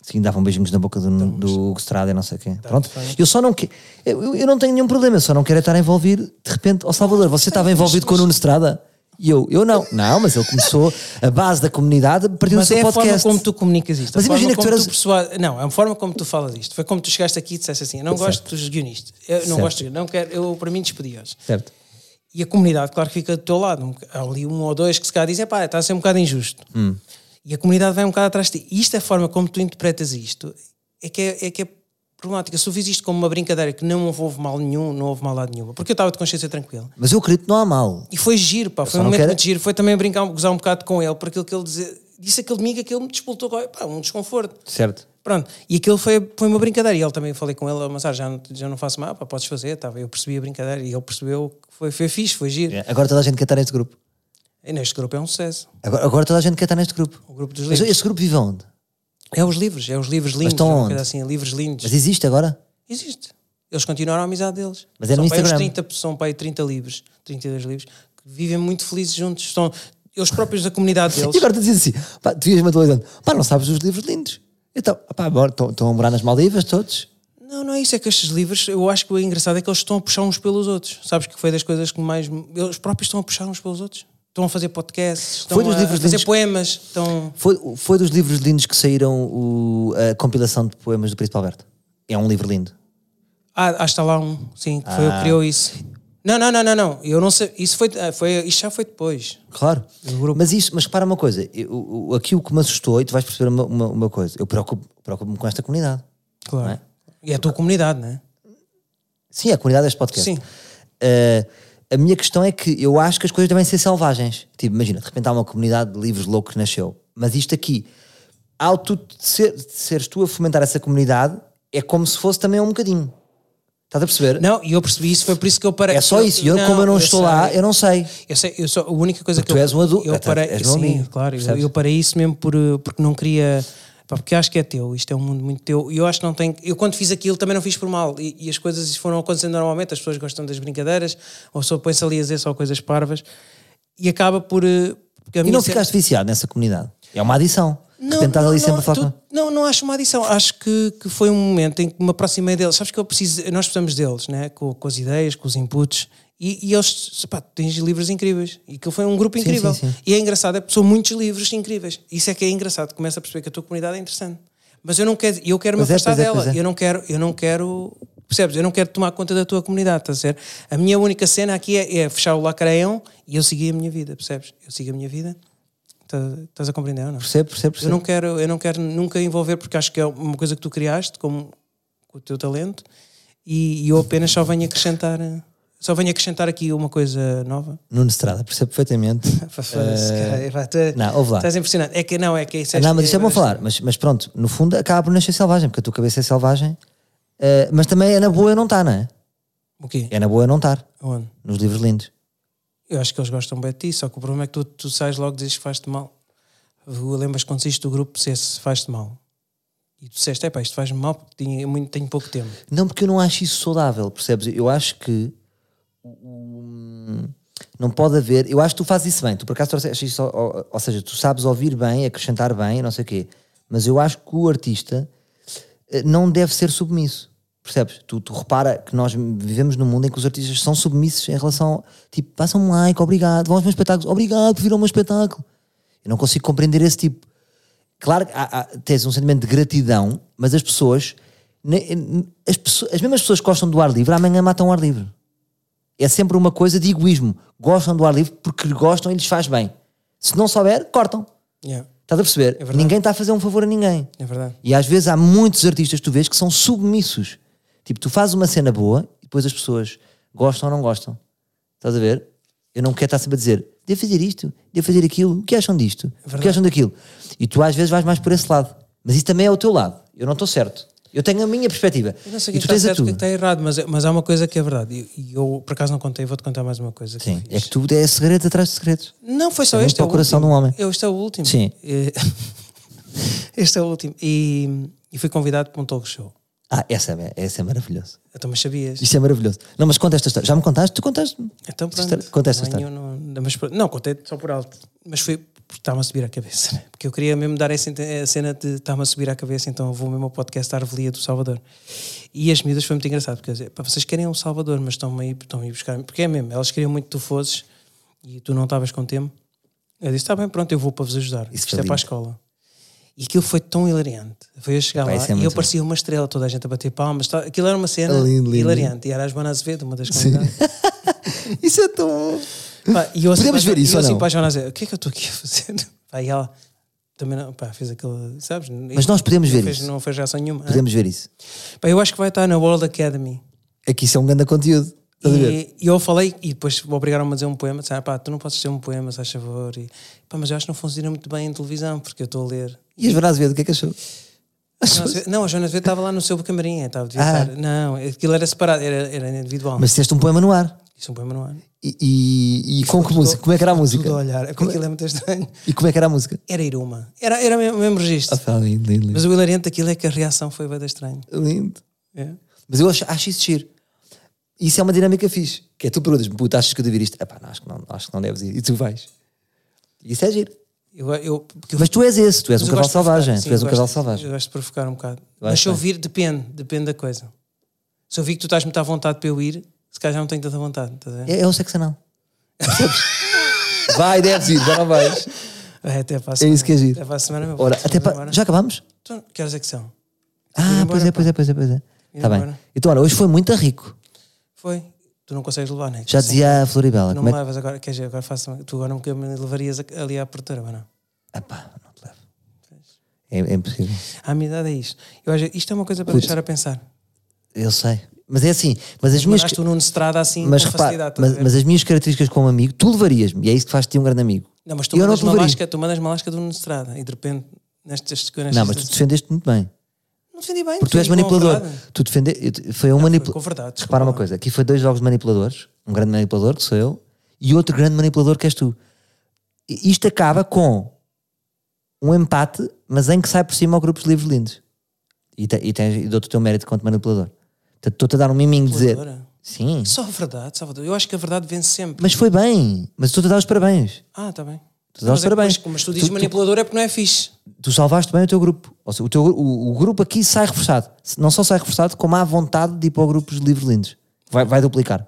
Sim, davam beijinhos na boca do, do Hugo Estrada e não sei
Tá,
quem. Pronto, eu só não quero. Eu, eu não tenho nenhum problema, eu só não quero é estar envolvido de repente. Ó Salvador, você estava envolvido com o Nuno Estrada? E eu, eu não. Não, mas ele começou, a base da comunidade partiu do
Mas
seu
é a forma
podcast.
como tu comunicas isto. a
Mas
forma
imagina que tu
como
eras-
tu persuades- Não, é a forma como tu falas isto. Foi como tu chegaste aqui e disseste assim: eu não gosto dos guionistas. Eu não
Certo.
gosto, não quero, eu para mim despedi hoje.
Certo.
E a comunidade, claro que fica do teu lado. Um boca- Há ali um ou dois que se calhar dizem, pá, está a ser um bocado injusto.
Hum.
E a comunidade vai um bocado atrás de ti. E Isto é a forma como tu interpretas isto, é que é, é que é problemática. Se tu fiz isto como uma brincadeira que não houve mal nenhum, não houve mal lado nenhuma, porque eu estava de consciência tranquila.
Mas eu acredito que não há mal.
E foi giro, pá,
só
foi um
não
momento
quero- é
muito giro. Foi também brincar, gozar um bocado com ele, por aquilo que ele dizia- disse aquele domingo que ele me despoltou, pá, um desconforto.
Certo.
Pronto, e aquilo foi, foi uma brincadeira. E ele também falei com ele, mas ah, já, não- já não faço mal, pá, podes fazer. Tá, eu percebi a brincadeira e ele percebeu que foi, foi fixe, foi giro.
Agora toda a gente quer estar neste grupo.
E neste grupo é um sucesso.
Agora, agora toda a gente quer estar neste grupo.
O grupo dos
Mas
livros.
este grupo vive onde?
É os livros, é os livros lindos.
estão
é uma
onde?
coisa assim, livros lindos.
Mas existe agora?
Existe. Eles continuaram a amizade deles.
Mas é
são
no
para aí uns
Instagram.
30, pe- são para aí 30 livros, 32 livros, que vivem muito felizes juntos. São eles próprios da comunidade
E
deles.
agora tu dizes assim, pá, tu ias-me atualizando, pá, não sabes os livros lindos. Então, pá, agora estão estão a morar nas Maldivas todos.
Não, não é isso, é que estes livros, eu acho que o engraçado é que eles estão a puxar uns pelos outros. Sabes que foi das coisas que mais. me- Eles próprios estão a puxar uns pelos outros. Estão a fazer podcasts, estão
Foi dos
a
livros
fazer
lindos-
poemas. Estão...
Foi, foi dos livros lindos que saíram o- a compilação de poemas do Príncipe Alberto. É um livro lindo.
Ah, acho que está lá um, sim, que foi eu que
Ah.
criou isso. Não, não, não, não, não. Eu não sei. Isso, foi, ah, foi, isso já foi depois.
Claro.
É um
Mas isto, mas repara uma coisa, eu, o- aquilo que me assustou, e tu vais perceber uma, uma, uma coisa, eu preocupo- preocupo-me com esta comunidade.
Claro. E é a tua comunidade, não é?
Sim, é a comunidade deste podcast.
Sim.
Eh, a minha questão é que eu acho que as coisas devem ser selvagens. Tipo, imagina, de repente há uma comunidade de livros loucos que nasceu. Mas isto aqui, ao tu ser, seres tu a fomentar essa comunidade, é como se fosse também um bocadinho. Estás a perceber?
Não, e eu percebi isso, foi por isso que eu parei.
é só isso. Eu, como eu não estou
sei.
lá, eu não sei.
Eu sei, eu só, a única coisa
Porque
que
tu
eu,
és um adulto,
eu
é, tu
parei,
és meu
sim,
amigo,
claro, eu,
percebes?
eu parei isso mesmo por, eh, porque não queria, pá, porque acho que é teu, isto é um mundo muito teu. E eu acho que não tem, eu quando fiz aquilo também não fiz por mal e, e as coisas foram acontecendo normalmente, as pessoas gostam das brincadeiras, ou só põe-se ali a dizer só coisas parvas e acaba por eh, porque a
E
minha
não
ce-
ficaste viciado nessa comunidade. É uma adição. de
não,
repente estás ali
não,
sempre
não,
a falar
tu-
com...
Não, não acho uma adição. Acho que, que foi um momento em que me aproximei deles. Sabes que eu preciso, nós precisamos deles, né? com, com as ideias, com os inputs. E, e eles, se- pá, tens livros incríveis. E que foi um grupo incrível.
sim, sim.
E é engraçado, é porque são muitos livros incríveis. Isso é que é engraçado. Começa a perceber que a tua comunidade é interessante. Mas eu não quero, eu quero me
Pois é,
afastar
pois é,
dela.
pois é.
Eu não quero, eu não quero, percebes? Eu não quero tomar conta da tua comunidade, estás a ver? A minha única cena aqui é, é fechar o lacraião e eu seguir a minha vida, percebes? Eu sigo a minha vida. Tá- Estás a compreender ou não?
Percebo, percebo, percebo.
Eu não quero, eu não quero nunca envolver porque acho que é uma coisa que tu criaste como com o teu talento e, e eu apenas só venho acrescentar, eh, só venho acrescentar aqui uma coisa nova.
Nuno Estrada, percebo perfeitamente.
Foda-se, cara, pá, tu é-
não, ouve lá.
Estás impressionado. É que não, é que isso é
não, mas isto é bom falar. Mas, mas pronto, no fundo acaba por nascer selvagem, porque a tua cabeça é selvagem. Eh, mas também é na boa eu não estar, não é?
O quê?
É na boa eu não estar,
Onde?
nos livros lindos.
Eu acho que eles gostam bem de ti, só que o problema é que tu, tu sais logo e dizes que faz-te mal. Lembras quando saíste do grupo, disseste faz-te mal. E tu disseste, é pá, isto faz-me mal porque tinha, muito, tenho pouco tempo.
Não, porque eu não acho isso saudável, percebes? Eu acho que hum, não pode haver. Eu acho que tu fazes isso bem, tu por acaso trouxeste isso, ao- ao- ou, seja, tu sabes ouvir bem, acrescentar bem, não sei o quê. Mas eu acho que o artista eh, não deve ser submisso, percebes? Tu, tu repara que nós vivemos num mundo em que os artistas são submissos em relação. Tipo, passam um like, obrigado, vão aos meus espetáculos, obrigado por vir ao meu espetáculo. Eu não consigo compreender esse tipo. Claro que há- há- tens um sentimento de gratidão, mas as pessoas, ne- ne- as pessoas- as mesmas pessoas que gostam do ar livre, amanhã matam o ar livre. É sempre uma coisa de egoísmo. Gostam do ar livre porque gostam e lhes faz bem. Se não souber, cortam.
Yeah,
Estás a perceber?
verdade.
ninguém está a fazer um favor a ninguém.
é verdade.
E às vezes há muitos artistas que tu vês que são submissos. Tipo, tu fazes uma cena boa e depois as pessoas gostam ou não gostam. Estás a ver? Eu não quero estar sempre a dizer devo fazer isto, devo fazer aquilo, o que acham disto?
É
O que acham daquilo? E tu às vezes vais mais por esse lado. Mas isso também é o teu lado. Eu não estou certo. Eu tenho a minha perspectiva.
Eu não sei
E
o
tu
que está
tens a
certo e o
tua.
que está errado, mas, mas há uma coisa que é verdade. E- E eu, por acaso, não contei, vou-te contar mais uma coisa. que
Sim,
fiz.
é que tu é segredo atrás de segredos.
Não, foi só
É
este.
para o coração
último.
de um homem.
Eu, este é o último.
Sim.
Eh, este é o último. E, e fui convidado para um talk show.
Ah, essa é, essa é maravilhoso.
Então, mas sabias?
Isto é maravilhoso. Não, mas conta esta história. Já me contaste? Tu contaste?
Então,
Esta
pronto.
história- Conta esta
Não,
história.
eu Não, não, mas, pronto, não, contei só por alto. Mas foi porque estava a subir a cabeça. né? Porque eu queria mesmo dar essa, inte- a cena de estava a subir a cabeça, então eu vou mesmo ao podcast da Arvelia do Salvador. E as miúdas foi muito engraçado, porque eu dizia, "Pá, vocês querem um Salvador, mas estão-me aí, estão a ir buscar. Porque é mesmo, elas queriam muito que tu fosses. e tu não estavas com tempo, eu disse: Está bem, pronto, eu vou para vos ajudar.
Isso
Isto
foi
é para a
lindo.
escola. E aquilo foi tão hilariante. Foi eu chegar
Pá,
lá
isso é
e
muito
eu
bom.
parecia uma estrela, toda a gente a bater palmas. tal. Aquilo era uma cena
Lindo, lindo,
hilariante. E era a Joana Azevedo, uma das convidadas.
Isso é tão bom.
Pá, e eu assim
Podemos
para-
ver isso
e eu
ou
assim
não?
para a Joana Azevedo: O que é que eu estou aqui a fazer? Pá, e ela também não, pá, fez aquilo, sabes?
Mas nós podemos
não
ver
fez,
isso.
Não fez reação nenhuma.
Podemos ver isso.
Pá, eu acho que vai estar na World Academy.
É que isso é um grande conteúdo. Estás a ver?
E, e eu falei, e depois obrigaram-me a dizer um poema. Disseram, pá, tu não podes dizer um poema, se faz favor. E, pá, mas eu acho que não funciona muito bem em televisão, porque eu estou a ler.
E as Verás Verde, o que é que achou?
Não, a Joana- Não, a Joana Azevedo estava lá no seu camarim, é, estava devia
Ah.
estar. Não, aquilo era separado, era, era individual.
Mas fizeste um poema no ar.
Isso é um poema no ar.
E, e- e com que música? Como é que era a música?
Tudo a olhar, porque aquilo é muito estranho.
E como é que era a música?
Era Iruma. Era, era o mesmo, o mesmo
Ah,
registro.
pá, lindo, lindo, lindo.
Mas o hilariante daquilo é que a reação foi bem estranha.
Lindo.
É.
Mas eu acho, acho isso giro. Isso é uma dinâmica fixe. Que é tu perguntas-me, puta, achas que eu devo ir isto? Epá, não, acho que não, acho que não deves ir. E tu vais. Isso é giro.
Eu, eu, porque eu-
Mas tu és esse, tu és
mas
um
eu
casal
gosto de provocar,
selvagem.
sim,
Tu és
eu
um casal
gosto-
selvagem.
Eu gosto de provocar um bocado.
Eu
Mas
acho
se eu
bem.
vir, depende, depende da coisa. Se eu vir que tu estás muito à vontade para eu ir, se calhar já não tenho tanta vontade. Estás a ver?
É, é o sexo anal. Percebes? vai, deves ir, já não vais.
É, até para a
É
semana.
isso que é giro.
Até para a semana, meu.
Ora,
Vamos
até pa-
embora.
Já acabamos?
Tu queres dizer que são?
Ah,
embora,
pois é,
pá.
pois é, pois é, pois é. Está bem.
embora.
Então, olha, hoje foi muito rico.
Foi. Tu não consegues levar, né?
Já
Sim.
dizia a Floribela.
Não
Como
me
é que...
levas agora, quer dizer, agora faço uma- Tu agora nunca me levarias a- ali à portadora, mas não.
Epá, não te levo. É, é impossível.
A minha idade é isto. Eu acho, isto é uma coisa para deixar a pensar.
Eu sei. Mas é assim. Mas as minhas.
Mas tu Nuno Estrada assim
Mas
com
repara,
facilidade. estás a
mas,
ver?
mas as minhas características como amigo, tu levarias-me. E é isso que faz de ti um grande amigo.
não, mas tu
E eu não
mandas
te
uma
levaria.
lasca, tu mandas uma lasca do Nuno Estrada e de repente nestas coisas.
Não, mas tu defendeste muito bem.
Não defendi bem.
Porque tu és
defendi com
manipulador.
verdade.
Tu defende... Foi um
com
manipulador.
verdade, desculpa
Repara uma
lá.
coisa: aqui foi dois jogos de manipuladores. Um grande manipulador, que sou eu, e outro grande manipulador, que és tu. E isto acaba com um empate, mas em que sai por cima ao grupo de livros lindos. E, te- e, tens- e dou-te o teu mérito quanto manipulador. Portanto, Estou-te a dar um miminho de dizer.
Manipuladora.
Sim.
Só a verdade, Salvador. Eu acho que a verdade vence sempre.
Mas foi bem. Mas estou-te a dar os parabéns.
Ah, está bem.
Tu dás
Mas é que-
parabéns.
Mas, mas tu dizes
Tu- tu-
manipulador é porque não é fixe.
tu salvaste bem o teu grupo. Ou seja, o, teu, o, o grupo aqui sai reforçado. Não só sai reforçado, como há vontade de ir para o grupo de livros lindos. Vai, vai duplicar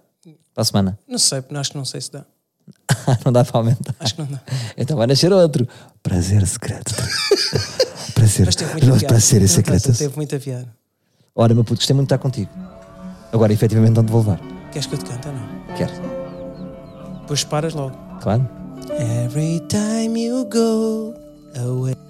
para a semana.
Não sei, porque acho que não sei se dá.
não dá para aumentar.
Acho que não dá.
Então vai nascer outro. Prazer secreto. Prazer.
Mas teve muita piada.
Prazer e
Por acaso,
secreto.
Teve muita piada.
Ora, meu puto, gostei muito de estar contigo. Agora, efetivamente, não te vou levar.
Queres que eu te cante ou não?
Quero.
Depois paras logo.
Claro?
Every time you go away.